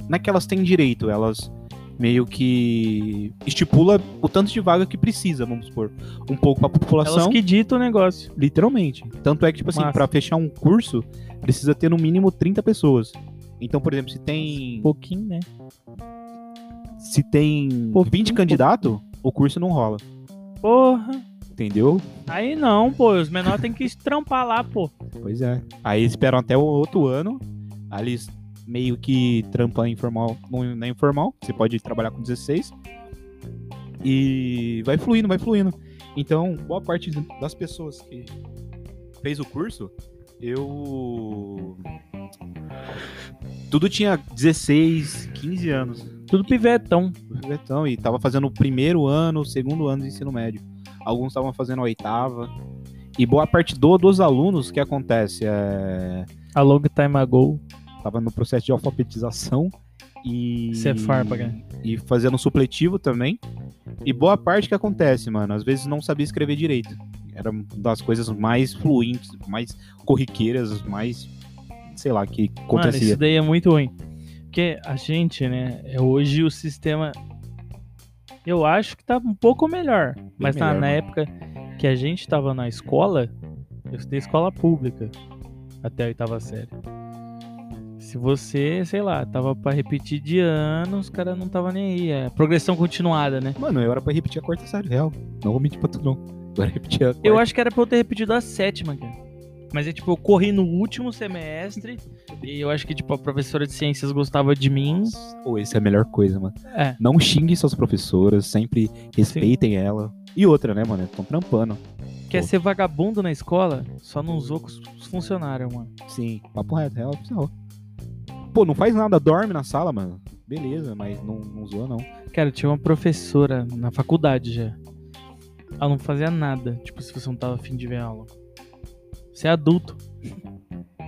S2: naquelas têm direito, elas meio que estipula o tanto de vaga que precisa, vamos supor, um pouco para a população.
S1: Elas que ditam o negócio.
S2: Literalmente. Tanto é que, tipo assim,
S1: Massa.
S2: para fechar um curso, precisa ter no mínimo 30 pessoas. Então, por exemplo, se tem.
S1: Pouquinho, né?
S2: Se tem
S1: Pouquinho,
S2: 20 candidatos, o curso não rola.
S1: Porra.
S2: Entendeu?
S1: Aí não, pô. Os menores têm que se trampar lá, pô.
S2: Pois é. Aí esperam até o outro ano. Aí eles meio que trampam informal, não não é informal. Você pode trabalhar com 16. E vai fluindo, vai fluindo. Então, boa parte das pessoas que fez o curso, eu. Tudo tinha 16, 15 anos.
S1: Tudo pivetão.
S2: Então, e tava fazendo o primeiro ano, o segundo ano do ensino médio. Alguns estavam fazendo a oitava. E boa parte do, dos alunos, o que acontece? É,
S1: A long time ago.
S2: tava no processo de alfabetização e.
S1: Isso é farpa, cara.
S2: E fazendo supletivo também. E boa parte que acontece, mano. Às vezes não sabia escrever direito. Era uma das coisas mais fluentes, mais corriqueiras, mais. sei lá, que
S1: Mano, isso
S2: acontecia.
S1: daí é muito ruim. Porque a gente, né, é hoje o sistema. Eu acho que tá um pouco melhor. mas tá,
S2: melhor,
S1: na
S2: mano.
S1: época que a gente tava na escola, eu estudei escola pública até a oitava série. Se você, sei lá, tava pra repetir de ano, os caras não tava nem aí. É progressão continuada, né?
S2: Mano, eu era pra repetir a quarta série real. Não vou mentir pra tu, não. Eu era repetir a quarta.
S1: Eu acho que era pra eu ter repetido a sétima, cara. Mas é tipo, eu corri no último semestre e eu acho que, tipo, a professora de ciências gostava de mim.
S2: Ou essa é a melhor coisa, mano.
S1: É.
S2: Não xingue suas professoras, sempre respeitem ela. E outra, né, mano? Estão trampando.
S1: Quer
S2: Pô.
S1: ser vagabundo na escola? Só não usou com os funcionários, mano.
S2: Sim. Papo reto, ela precisou. Pô, não faz nada, dorme na sala, mano. Beleza, mas não, não zoa, não.
S1: Cara, eu tinha uma professora na faculdade já. Ela não fazia nada, tipo, se você não tava afim de ver aula. Você é adulto.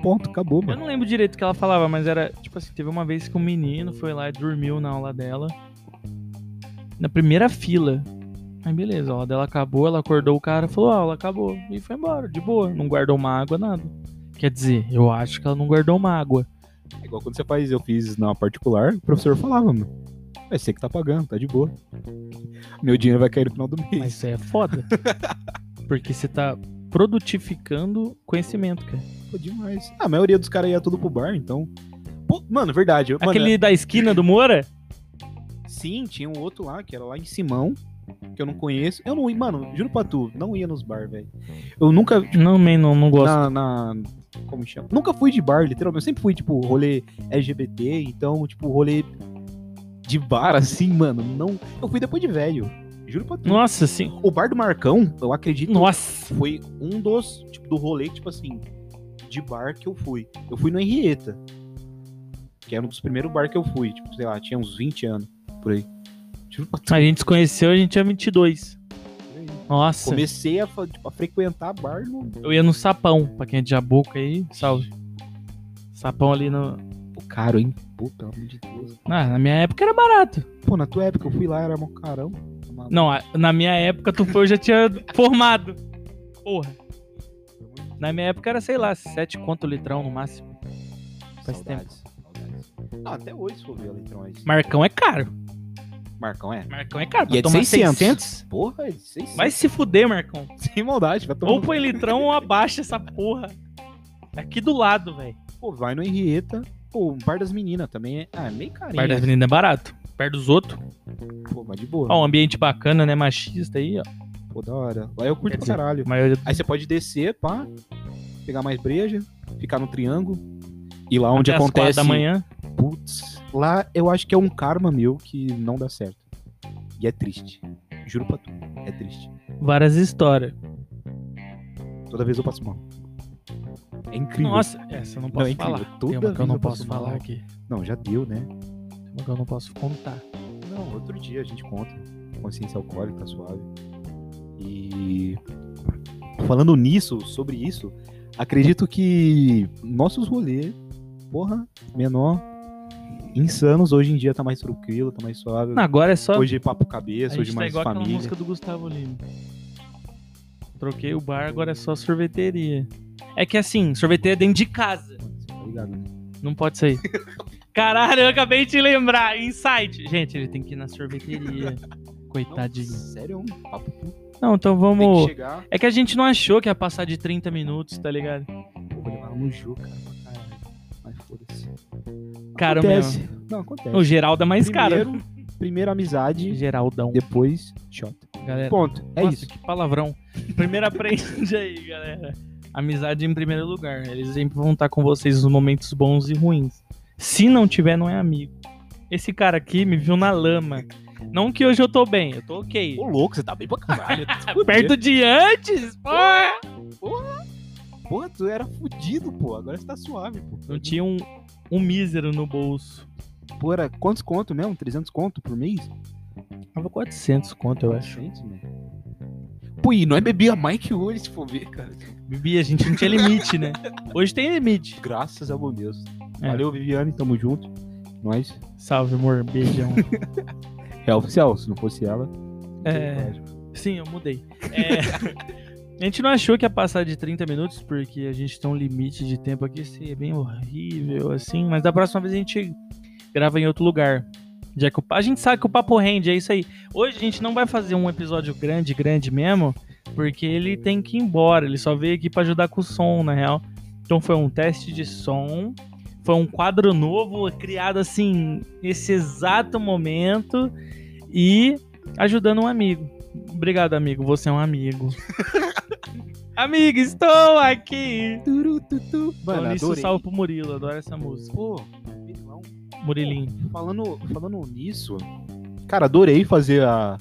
S2: Ponto, acabou,
S1: Eu
S2: mano.
S1: não lembro direito o que ela falava, mas era, tipo assim, teve uma vez que um menino foi lá e dormiu na aula dela. Na primeira fila. Aí beleza, a aula dela acabou, ela acordou o cara, falou, "Ah, a aula acabou. E foi embora, de boa. Não guardou uma água, nada. Quer dizer, eu acho que ela não guardou uma água.
S2: É igual quando você faz, eu fiz na particular, o professor falava, mano. É você que tá pagando, tá de boa. Meu dinheiro vai cair no final do mês.
S1: Mas isso aí é foda. Porque você tá produtificando conhecimento, cara.
S2: Pô, demais. Ah, a maioria dos caras ia tudo pro bar, então. Pô, mano, verdade. eu- mano,
S1: Aquele da esquina do Moura?
S2: Sim, tinha um outro lá, que era lá em Simão, que eu não conheço. Eu não ia, mano, juro pra tu, não ia nos bar, velho. Eu nunca.
S1: Não, man, não, não gosto.
S2: Na, na- Como chama? Nunca fui de bar, literalmente. Eu sempre fui, tipo, rolê LGBT, então, tipo, rolê de bar, assim, mano. Não. Eu fui depois de velho. Juro pra tu.
S1: Nossa, sim.
S2: O bar do Marcão, eu acredito,
S1: Nossa.
S2: foi um dos, tipo, do rolê, tipo assim, de bar que eu fui. Eu fui no Henrietta. Que era um dos primeiros bar que eu fui, tipo, sei lá, tinha uns 20 anos por aí. Juro pra tu.
S1: A gente se conheceu, a gente é tinha 22. Nossa.
S2: Comecei a, fa- tipo, a frequentar bar no.
S1: Eu ia no Sapão, pra quem é de Jabuca aí, salve. Sapão ali no...
S2: Pô, caro, hein? Pô, pelo amor de Deus.
S1: Ah, na minha época era barato.
S2: Pô, na tua época eu fui lá, era mó carão. Mano,
S1: Não, a- na minha época tu foi, eu já tinha formado. Porra. Na minha época era, sei lá, 7 conto o litrão no máximo. faz
S2: saudades, saudades. Não, até hoje se for ver, Leitão, é isso.
S1: Marcão é caro.
S2: Marcão é.
S1: Marcão é caro.
S2: E
S1: pra
S2: é de
S1: tomar
S2: 600.
S1: 600
S2: Porra, é de 600.
S1: Vai se fuder, Marcão.
S2: sem maldade, vai tomar.
S1: Ou
S2: no-
S1: põe litrão ou abaixa essa porra. Aqui do lado, velho.
S2: Pô, vai no Henrietta. Pô, o bar das meninas também é. Ah, é meio carinho.
S1: Perto da avenida é barato. Perto dos outros.
S2: Pô, mas de boa.
S1: Ó, um ambiente bacana, né? Machista aí, ó.
S2: Pô, da hora. Lá eu curto
S1: Quer
S2: pra
S1: dizer,
S2: caralho.
S1: A maioria-
S2: Aí você pode descer, pá, pegar mais breja, ficar no triângulo. E lá onde
S1: até às quatro
S2: acontece.
S1: da manhã.
S2: Putz, lá eu acho que é um karma meu que não dá certo. E é triste. Juro pra tu, é triste.
S1: Várias histórias.
S2: Toda vez eu passo mal. É incrível.
S1: Nossa, essa eu não
S2: não, é
S1: posso
S2: incrível.
S1: falar. Tem
S2: Toda
S1: uma que eu
S2: vez
S1: não posso
S2: mal.
S1: falar aqui.
S2: Não, já deu, né?
S1: Mas eu não posso contar.
S2: Não, outro dia a gente conta. Consciência alcoólica, tá suave. E falando nisso, sobre isso, acredito que nossos rolês, porra, menor, insanos, hoje em dia tá mais tranquilo, tá mais suave.
S1: Agora é só.
S2: Hoje é papo
S1: a
S2: cabeça,
S1: gente
S2: hoje
S1: tá
S2: mais
S1: igual aquela
S2: família.
S1: música do Gustavo Lima. Troquei o bar, agora é só sorveteria. É que assim, sorveteria é dentro de casa.
S2: Você tá ligado, né?
S1: Não pode sair. Caralho, eu acabei de lembrar. Insight. Gente, ele tem que ir na sorveteria.
S2: Não,
S1: Coitadinho.
S2: Sério, é um papo que tem
S1: Não, então
S2: que
S1: vamos.
S2: chegar.
S1: É que a gente não achou que ia passar de 30 minutos, tá ligado?
S2: Pô, vou levar um jogo, cara, pra caralho. Mas foda-se.
S1: Cara,
S2: acontece. Não, acontece.
S1: O Geraldo é mais caro.
S2: primeiro, primeiro amizade,
S1: Geraldão,
S2: depois shot.
S1: galera.
S2: Ponto. É
S1: Nossa,
S2: isso.
S1: que palavrão. Primeiro aprende aí, galera. Amizade em primeiro lugar. Eles sempre vão estar com vocês nos momentos bons e ruins. Se não tiver, não é amigo. Esse cara aqui me viu na lama. Não que hoje eu tô bem, eu tô ok.
S2: Ô, louco, você tá bem pra caralho.
S1: Perto de antes, pô!
S2: Pô, tu era fudido, pô. Agora você tá suave, pô.
S1: Não tinha um, um mísero no bolso.
S2: Pô, era quantos conto mesmo? 300 conto por mês? né?
S1: Tava 400 conto, eu acho.
S2: 400, mano. Pô, e é nós bebia mais que hoje, se for ver, cara.
S1: Bebia, a gente não tinha limite, né? Hoje tem limite.
S2: Graças a bom Deus.
S1: É.
S2: Valeu, Viviane, tamo junto. Nós.
S1: Salve, amor. Beijão.
S2: É oficial, se não fosse ela.
S1: É. Sim, eu mudei. É, a gente não achou que ia passar de 30 minutos, porque a gente tem um limite de tempo aqui, isso é bem horrível, assim. Mas da próxima vez a gente grava em outro lugar. Já que o pa- a gente sabe que o papo rende, é isso aí. Hoje a gente não vai fazer um episódio grande, grande mesmo, porque ele tem que ir embora. Ele só veio aqui pra ajudar com o som, na real. Então foi um teste de som, foi um quadro novo criado assim nesse exato momento e ajudando um amigo. Obrigado, amigo. Você é um amigo. amigo, estou aqui.
S2: Turu, tutu. Mano,
S1: Mano, isso
S2: adorei.
S1: salve pro Murilo, adoro essa música.
S2: Pô, Milão.
S1: Murilinho.
S2: Falando, falando nisso, cara, adorei fazer a,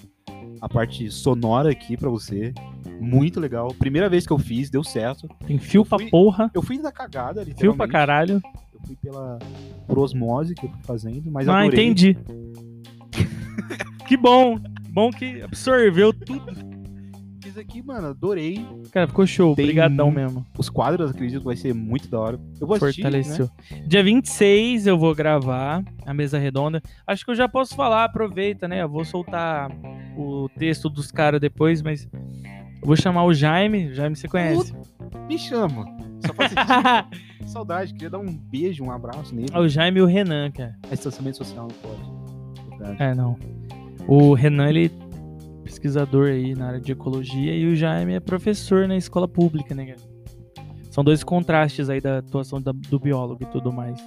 S2: a parte sonora aqui pra você. Muito legal. Primeira vez que eu fiz, deu certo.
S1: Tem fio pra
S2: fui-
S1: porra,
S2: Eu fui da cagada, literalmente.
S1: fio pra caralho.
S2: Eu fui pela por osmose que eu fui fazendo, mas
S1: ah,
S2: adorei.
S1: entendi. que bom. Bom que absorveu tudo.
S2: Fiz aqui, mano, adorei.
S1: Cara, ficou show.
S2: Tem
S1: Obrigadão
S2: muito-
S1: mesmo.
S2: Os quadros, acredito, vai ser muito da hora. Eu vou assistir, né?
S1: Fortaleceu. Dia 26 eu vou gravar a mesa redonda. Acho que eu já posso falar, aproveita, né? Eu vou soltar o texto dos caras depois, mas eu vou chamar o Jaime. Jaime você conhece.
S2: né? Me chama. Só pra assistir. Saudade, queria dar um beijo, um abraço nele.
S1: Ah, O Jaime e o Renan, cara.
S2: Mas Distanciamento social não pode. Verdade.
S1: É, não. O Renan, ele é pesquisador aí na área de ecologia e o Jaime é professor na escola pública, né, cara? São dois contrastes aí da atuação da- do biólogo e tudo mais.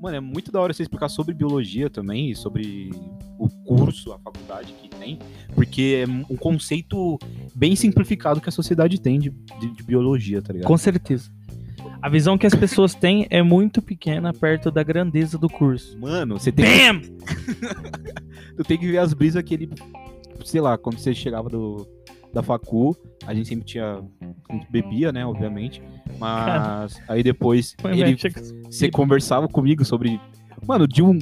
S2: Mano, é muito da hora você explicar sobre biologia também, e sobre o curso, a faculdade que tem, porque é um conceito bem simplificado que a sociedade tem de, de- de biologia, tá ligado?
S1: Com certeza. A visão que as pessoas têm é muito pequena perto da grandeza do curso.
S2: Mano, você tem,
S1: Bam!
S2: tu tem que ver as brisas que ele. Sei lá, quando você chegava do, da facu, a gente sempre tinha. a gente Bebia, né, obviamente. Mas aí depois
S1: é,
S2: ele, você conversava comigo sobre. Mano, de um.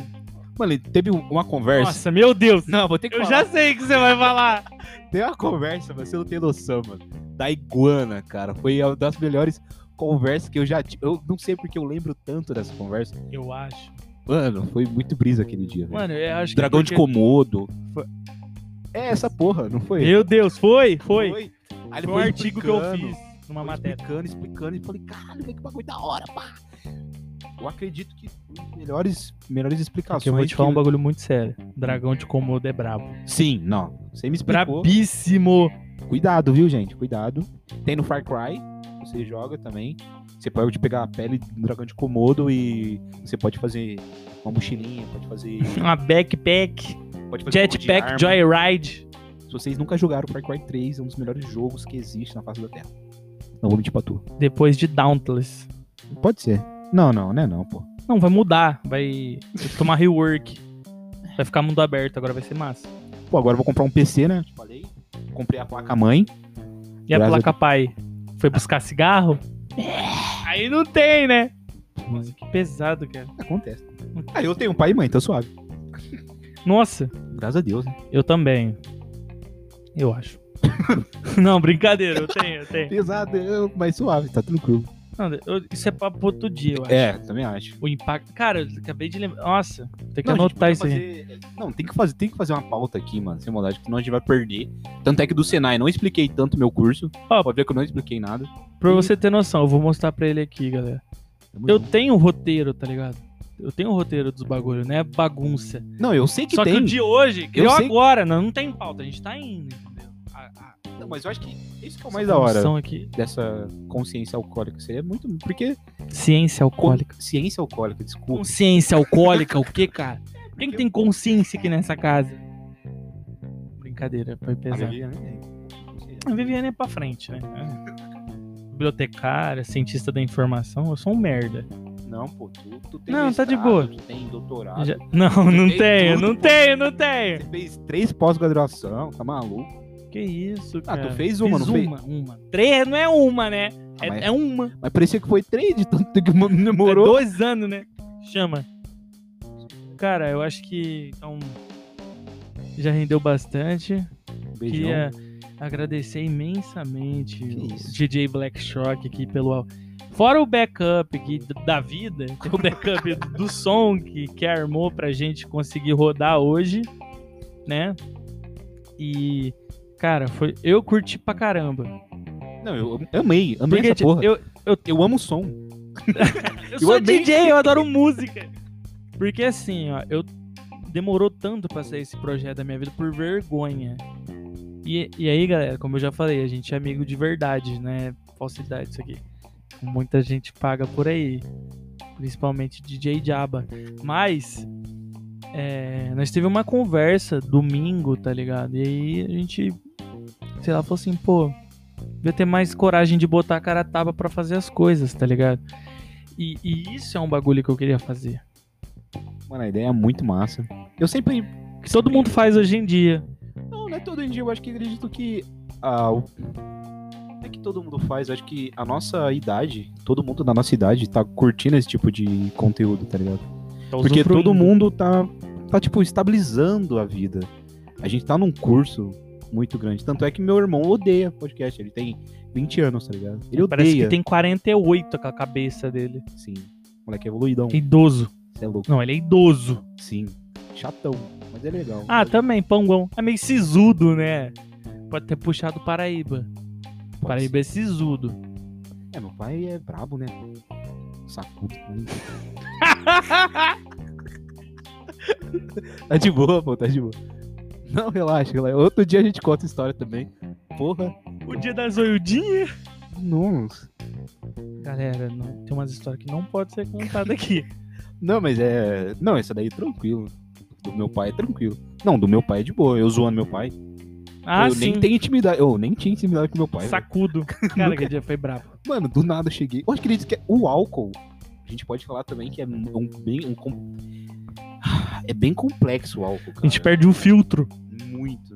S2: Mano, ele teve uma conversa.
S1: Nossa, meu Deus!
S2: Não, vou ter
S1: Eu já sei o que você vai falar.
S2: Tem uma conversa, mas você não tem noção, mano. Da iguana, cara. Foi uma das melhores conversas que eu já tive. Eu não sei porque eu lembro tanto dessa conversa.
S1: Eu acho.
S2: Mano, foi muito brisa aquele dia. velho.
S1: Mano, eu acho que. é
S2: Dragão de
S1: porque-
S2: Komodo.
S1: Foi-
S2: É essa porra, não foi?
S1: Meu Deus, foi, foi. Foi,
S2: Aí Ah, ele
S1: um artigo que eu
S2: explicando,
S1: fiz numa
S2: foi
S1: matéria.
S2: Explicando, explicando. E falei, caralho, velho, que bagulho da hora, pá. Eu acredito que melhores, melhores explicações.
S1: Porque eu vou te falar um
S2: que-
S1: bagulho muito sério. Dragão de Komodo é brabo.
S2: Sim, não. Você me explicou.
S1: Brabíssimo!
S2: Cuidado, viu, gente? Cuidado. Tem no Far Cry, você joga também. Você pode pegar a pele do dragão de Komodo e você pode fazer uma mochilinha, pode fazer.
S1: Uma backpack,
S2: Pode fazer um jogo de
S1: jetpack,
S2: arma.
S1: joyride.
S2: Se vocês nunca jogaram Far Cry 3, é um dos melhores jogos que existe na face da Terra. Não vou mentir pra tu.
S1: Depois de Dauntless.
S2: Pode ser. Não, não, né? Não, pô.
S1: Não, vai mudar. Vai tomar rework. Vai ficar mundo aberto, agora vai ser massa.
S2: Pô, agora eu vou comprar um PC, né? Te falei. Comprei a
S1: Hum.
S2: placa mãe.
S1: E a
S2: Graças
S1: placa pai? Foi buscar cigarro? Aí não tem, né? Nossa, que pesado, cara.
S2: Ah, Acontece. Aí eu tenho pai e mãe, tá suave.
S1: Nossa,
S2: Graças a Deus, né?
S1: eu também. Eu acho. Não, brincadeira, eu tenho, eu tenho.
S2: Pesadão, mas suave, tá tranquilo.
S1: Não, eu- isso é papo pro outro dia, eu acho.
S2: É, também acho.
S1: O impacto. Cara, eu acabei de lembrar. Nossa, tem que
S2: Não, a
S1: anotar
S2: gente podia
S1: isso aí.
S2: fazer- Não, tem que, fazer, tem que fazer uma pauta aqui, mano, sem maldade, que senão a gente vai perder. Tanto é que do Senai, não expliquei tanto meu curso.
S1: Ó,
S2: Pode ver que eu não expliquei nada.
S1: Pra você ter noção, eu vou mostrar pra ele aqui, galera.
S2: Tamo
S1: Eu
S2: junto.
S1: tenho um roteiro, tá ligado? Eu tenho um roteiro dos bagulho, não é bagunça.
S2: Não, eu sei que
S1: Só
S2: tem.
S1: que o de hoje, criou
S2: sei-
S1: agora, não, não tem pauta, a gente tá indo, entendeu? A- a-
S2: Não, mas eu acho que isso que é o
S1: essa
S2: mais da hora
S1: função Aqui.
S2: dessa consciência alcoólica. Seria muito. Porque.
S1: Ciência alcoólica.
S2: Ciência alcoólica, desculpa.
S1: Consciência alcoólica, o que, cara? Quem que tem consciência aqui nessa casa? Brincadeira, foi
S2: A
S1: pesado.
S2: Viviane, né? Não sei.
S1: A Viviane é pra frente, né? Bibliotecária, cientista da informação, eu sou um merda.
S2: Não, pô, tu, tu tem.
S1: Não, tá
S2: mestrado,
S1: de boa.
S2: Tu tem doutorado.
S1: Já- Não, não
S2: Tem
S1: tenho,
S2: tudo,
S1: não
S2: pô.
S1: tenho, não tenho.
S2: Você fez três pós-graduação, tá maluco?
S1: Que isso,
S2: Ah,
S1: cara.
S2: tu fez uma,
S1: Fiz
S2: não fez?
S1: uma, uma. Três, não é uma, né?
S2: Ah,
S1: é,
S2: mas-
S1: é uma.
S2: Mas parecia que foi três de tanto que mo-
S1: É
S2: demorou.
S1: dois anos, né? Chama. Cara, eu acho que então já rendeu bastante.
S2: Beijão.
S1: Queria é agradecer imensamente o
S2: isso.
S1: DJ Black Shock aqui pelo. Fora o backup aqui d- da vida, tem o backup do som que, que armou pra gente conseguir rodar hoje, né? E, cara, foi eu curti pra caramba.
S2: Não, eu amei, amei
S1: Porque,
S2: essa
S1: tipo,
S2: porra. Eu,
S1: eu,
S2: amo o som.
S1: eu sou
S2: amei.
S1: DJ, eu adoro música. Porque assim, ó, eu demorou tanto pra sair esse projeto da minha vida por vergonha. E, e aí, galera, como eu já falei, a gente é amigo de verdade, né? Falsidade isso aqui. Muita gente paga por aí. Principalmente DJ Jaba. Mas é, nós teve uma conversa domingo, tá ligado? E aí a gente, sei lá, falou assim, pô, devia ter mais coragem de botar a cara a tapa pra fazer as coisas, tá ligado? E, e isso é um bagulho que eu queria fazer.
S2: Mano, a ideia é muito massa. Eu sempre.
S1: Que todo mundo faz hoje em dia.
S2: Não, não é todo dia. Eu acho que acredito que. Ah, o- Não é que todo mundo faz. Eu acho que a nossa idade, todo mundo da nossa idade, tá curtindo esse tipo de conteúdo, tá ligado?
S1: Tá
S2: Porque
S1: usufruindo.
S2: todo mundo tá, tá, tipo, estabilizando a vida. A gente tá num curso muito grande. Tanto é que meu irmão odeia podcast. Ele tem 20 anos, tá ligado? Ele odeia.
S1: Parece que tem 48 com a cabeça dele.
S2: Sim. Moleque é evoluidão.
S1: É idoso.
S2: Você é louco.
S1: Não, ele é idoso.
S2: Sim. Chatão. Mas é legal.
S1: Ah, também, panguão. É meio sisudo, né? Pode ter puxado Paraíba.
S2: Pode
S1: Paraíba é sisudo.
S2: ser. É, meu pai é brabo, né? Sacudo. tá de boa, pô. Tá de boa. Não, relaxa, relaxa. Outro dia a gente conta história também. Porra.
S1: o dia da zoiudinha.
S2: Nossa.
S1: Galera, não- tem umas histórias que não pode ser contada aqui.
S2: Não, mas é. Não, essa daí é tranquilo. Do meu pai é tranquilo. Não, do meu pai é de boa. Eu zoando meu pai.
S1: Ah,
S2: eu
S1: sim.
S2: nem tenho intimidade. Eu nem tinha intimidade com meu pai. velho.
S1: Sacudo. Cara, aquele dia foi brabo.
S2: Mano, do nada eu cheguei. Eu acredito que é o álcool. A gente pode falar também que é um um bem. um com- É bem complexo o álcool, cara.
S1: A gente perde um filtro.
S2: Muito.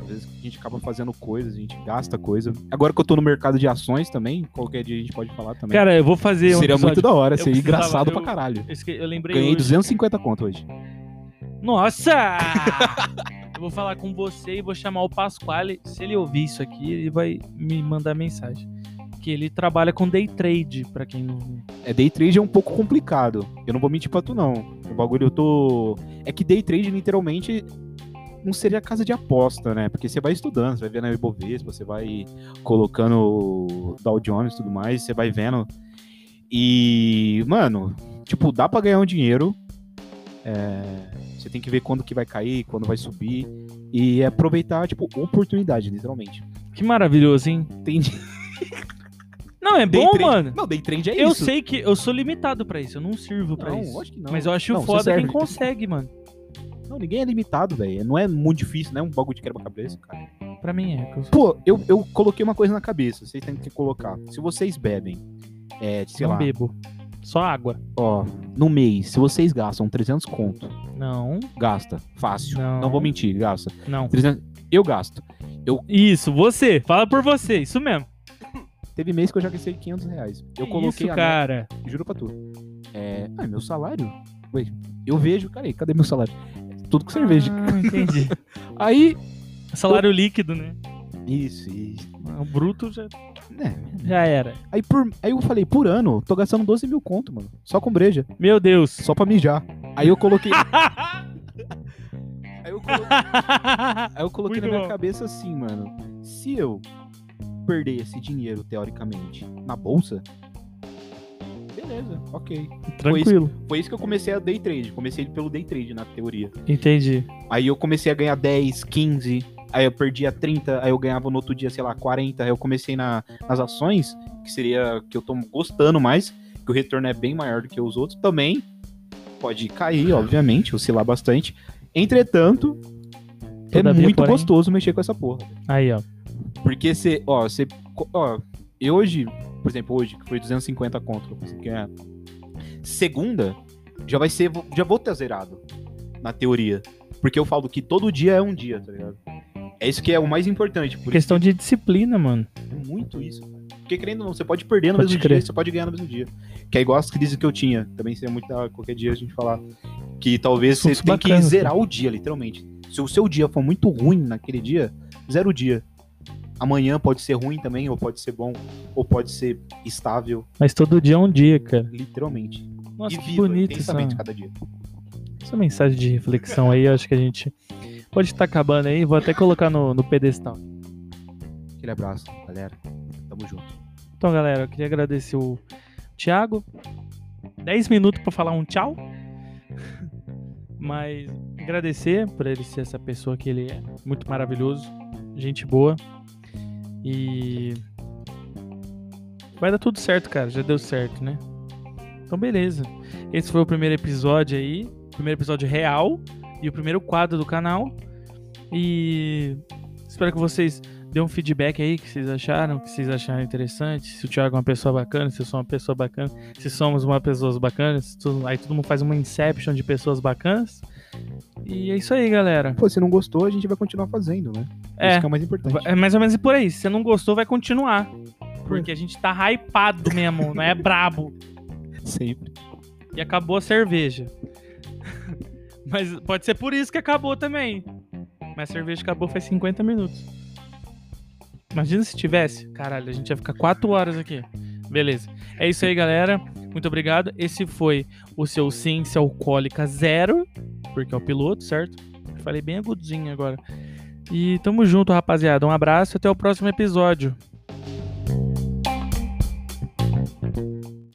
S2: Às vezes a gente acaba fazendo coisas, a gente gasta coisa. Agora que eu tô no mercado de ações também, qualquer dia a gente pode falar também.
S1: Cara, eu vou fazer um
S2: seria muito
S1: episódio-
S2: da hora,
S1: Eu
S2: seria
S1: precisava-
S2: engraçado
S1: eu-
S2: pra caralho.
S1: Eu esque- Eu lembrei
S2: Ganhei
S1: hoje.
S2: 250 conto hoje.
S1: Nossa! eu vou falar com você e vou chamar o Pasquale. Se ele ouvir isso aqui, ele vai me mandar mensagem. Que ele trabalha com day trade, pra quem não.
S2: É, day trade é um pouco complicado. Eu não vou mentir pra tu, não. O bagulho eu tô. É que day trade, literalmente, não seria casa de aposta, né? Porque você vai estudando, você vai vendo a Ibovespa, você vai colocando o Dow Jones e tudo mais, você vai vendo. E, mano, tipo, dá pra ganhar um dinheiro. É, Você tem que ver quando que vai cair, quando vai subir. E aproveitar, tipo, oportunidade, literalmente.
S1: Que maravilhoso, hein?
S2: Tem
S1: Não, é
S2: day
S1: bom,
S2: trade-
S1: mano.
S2: Não, day trade é
S1: eu
S2: isso.
S1: sei que eu sou limitado pra isso, eu não sirvo pra
S2: Não,
S1: isso.
S2: acho que não.
S1: Mas eu acho
S2: Não, você
S1: foda quem
S2: serve.
S1: consegue, mano.
S2: Não, ninguém é limitado, velho. Não é muito difícil, não é um bagulho de quebra-cabeça, cara.
S1: Pra mim é. que eu sou-
S2: Pô, eu, eu coloquei uma coisa na cabeça, vocês têm que colocar. Se vocês bebem, é, sei
S1: não
S2: lá,
S1: bebo. Só água.
S2: ó, no mês, se vocês gastam 300 conto,
S1: Não,
S2: gasta, fácil.
S1: Não.
S2: Não, vou mentir, gasta.
S1: não.
S2: 300, eu gasto.
S1: Isso, você. Fala por você, isso mesmo.
S2: Teve mês que eu já gastei 500 reais. Eu
S1: Que
S2: coloquei
S1: isso,
S2: a
S1: cara.
S2: meta- juro pra tu. É, ah, meu salário? Ué, Eu vejo, cara, e cadê meu salário? Tudo com cerveja.
S1: Ah, entendi. Ah.
S2: Aí.
S1: Salário líquido, né?
S2: Isso, isso.
S1: O bruto já,
S2: É.
S1: já era.
S2: Aí, por, aí eu falei, por ano, tô gastando 12 mil conto, mano. Só com breja.
S1: Meu Deus.
S2: Só pra mijar. Aí eu coloquei. aí eu coloquei. Aí eu coloquei
S1: Muito
S2: na minha
S1: bom.
S2: cabeça assim, mano. Se eu perder esse dinheiro, teoricamente, na bolsa, beleza, ok.
S1: Tranquilo.
S2: Foi isso que eu comecei a day trade. Comecei pelo day trade, na teoria.
S1: Entendi.
S2: Aí eu comecei a ganhar 10, 15, aí eu perdia 30, aí eu ganhava no outro dia, sei lá, 40. Aí eu comecei na, nas ações, que seria que eu tô gostando mais, que o retorno é bem maior do que os outros também. Pode cair, obviamente, oscilar bastante. Entretanto,
S1: Todavia,
S2: é muito
S1: porém.
S2: gostoso mexer com essa porra.
S1: Aí, ó.
S2: Porque você, ó, você. Ó, e hoje, por exemplo, hoje, que foi 250 conto que eu consegui ganhar. Segunda, já vai ser. Já vou ter zerado. Na teoria. Porque eu falo que todo dia é um dia, tá ligado? É isso que é o mais importante. Por isso
S1: Questão de disciplina, mano.
S2: é muito isso. cara. Porque querendo ou não, você pode perder no
S1: Pode
S2: mesmo
S1: crer.
S2: dia, você pode ganhar no mesmo dia. Que é igual as crises que eu tinha. Também seria muito da hora qualquer dia a gente falar. Que talvez você
S1: Assuntos
S2: tenha que
S1: bacanas, né?
S2: zerar o dia, literalmente. Se o seu dia for muito ruim naquele dia, zera o dia. Amanhã pode ser ruim também, ou pode ser bom, ou pode ser estável,
S1: Mas todo dia é um dia, cara.
S2: literalmente.
S1: Nossa,
S2: e
S1: que
S2: viva
S1: bonito essa,
S2: intensamente cada um. dia.
S1: essa mensagem de reflexão aí. Eu acho que a gente pode estar acabando aí. Vou até colocar no, no pedestal.
S2: Aquele abraço, galera. Tamo junto.
S1: Então, galera, eu queria agradecer o Thiago. 10 minutos pra falar um tchau. Mas agradecer por ele ser essa pessoa que ele é. Muito maravilhoso. Gente boa. E. Vai dar tudo certo, cara. Já deu certo, né? Então, beleza. Esse foi o primeiro episódio aí. Primeiro episódio real. E o primeiro quadro do canal. E. Espero que vocês dê um feedback aí que vocês acharam, que vocês acharam interessante. Se o Thiago é uma pessoa bacana, se eu sou uma pessoa bacana, se somos uma pessoas bacanas, se tu- aí todo mundo faz uma inception de pessoas bacanas. E é isso aí, galera.
S2: Pô, se não gostou, a gente vai continuar fazendo, né?
S1: É,
S2: Isso que é o mais importante.
S1: va- é mais ou menos por aí. Se você não gostou, vai continuar. Porque a gente tá hypado mesmo, não é brabo.
S2: Sempre.
S1: E acabou a cerveja. Mas pode ser por isso que acabou também. Mas a cerveja acabou faz 50 minutos. Imagina se tivesse. Caralho, a gente ia ficar 4 horas aqui. Beleza. É isso aí, galera. Muito obrigado. Esse foi o seu Ciência Alcoólica Zero, porque é o piloto, certo? Falei bem agudinho agora. E tamo junto, rapaziada. Um abraço e até o próximo episódio.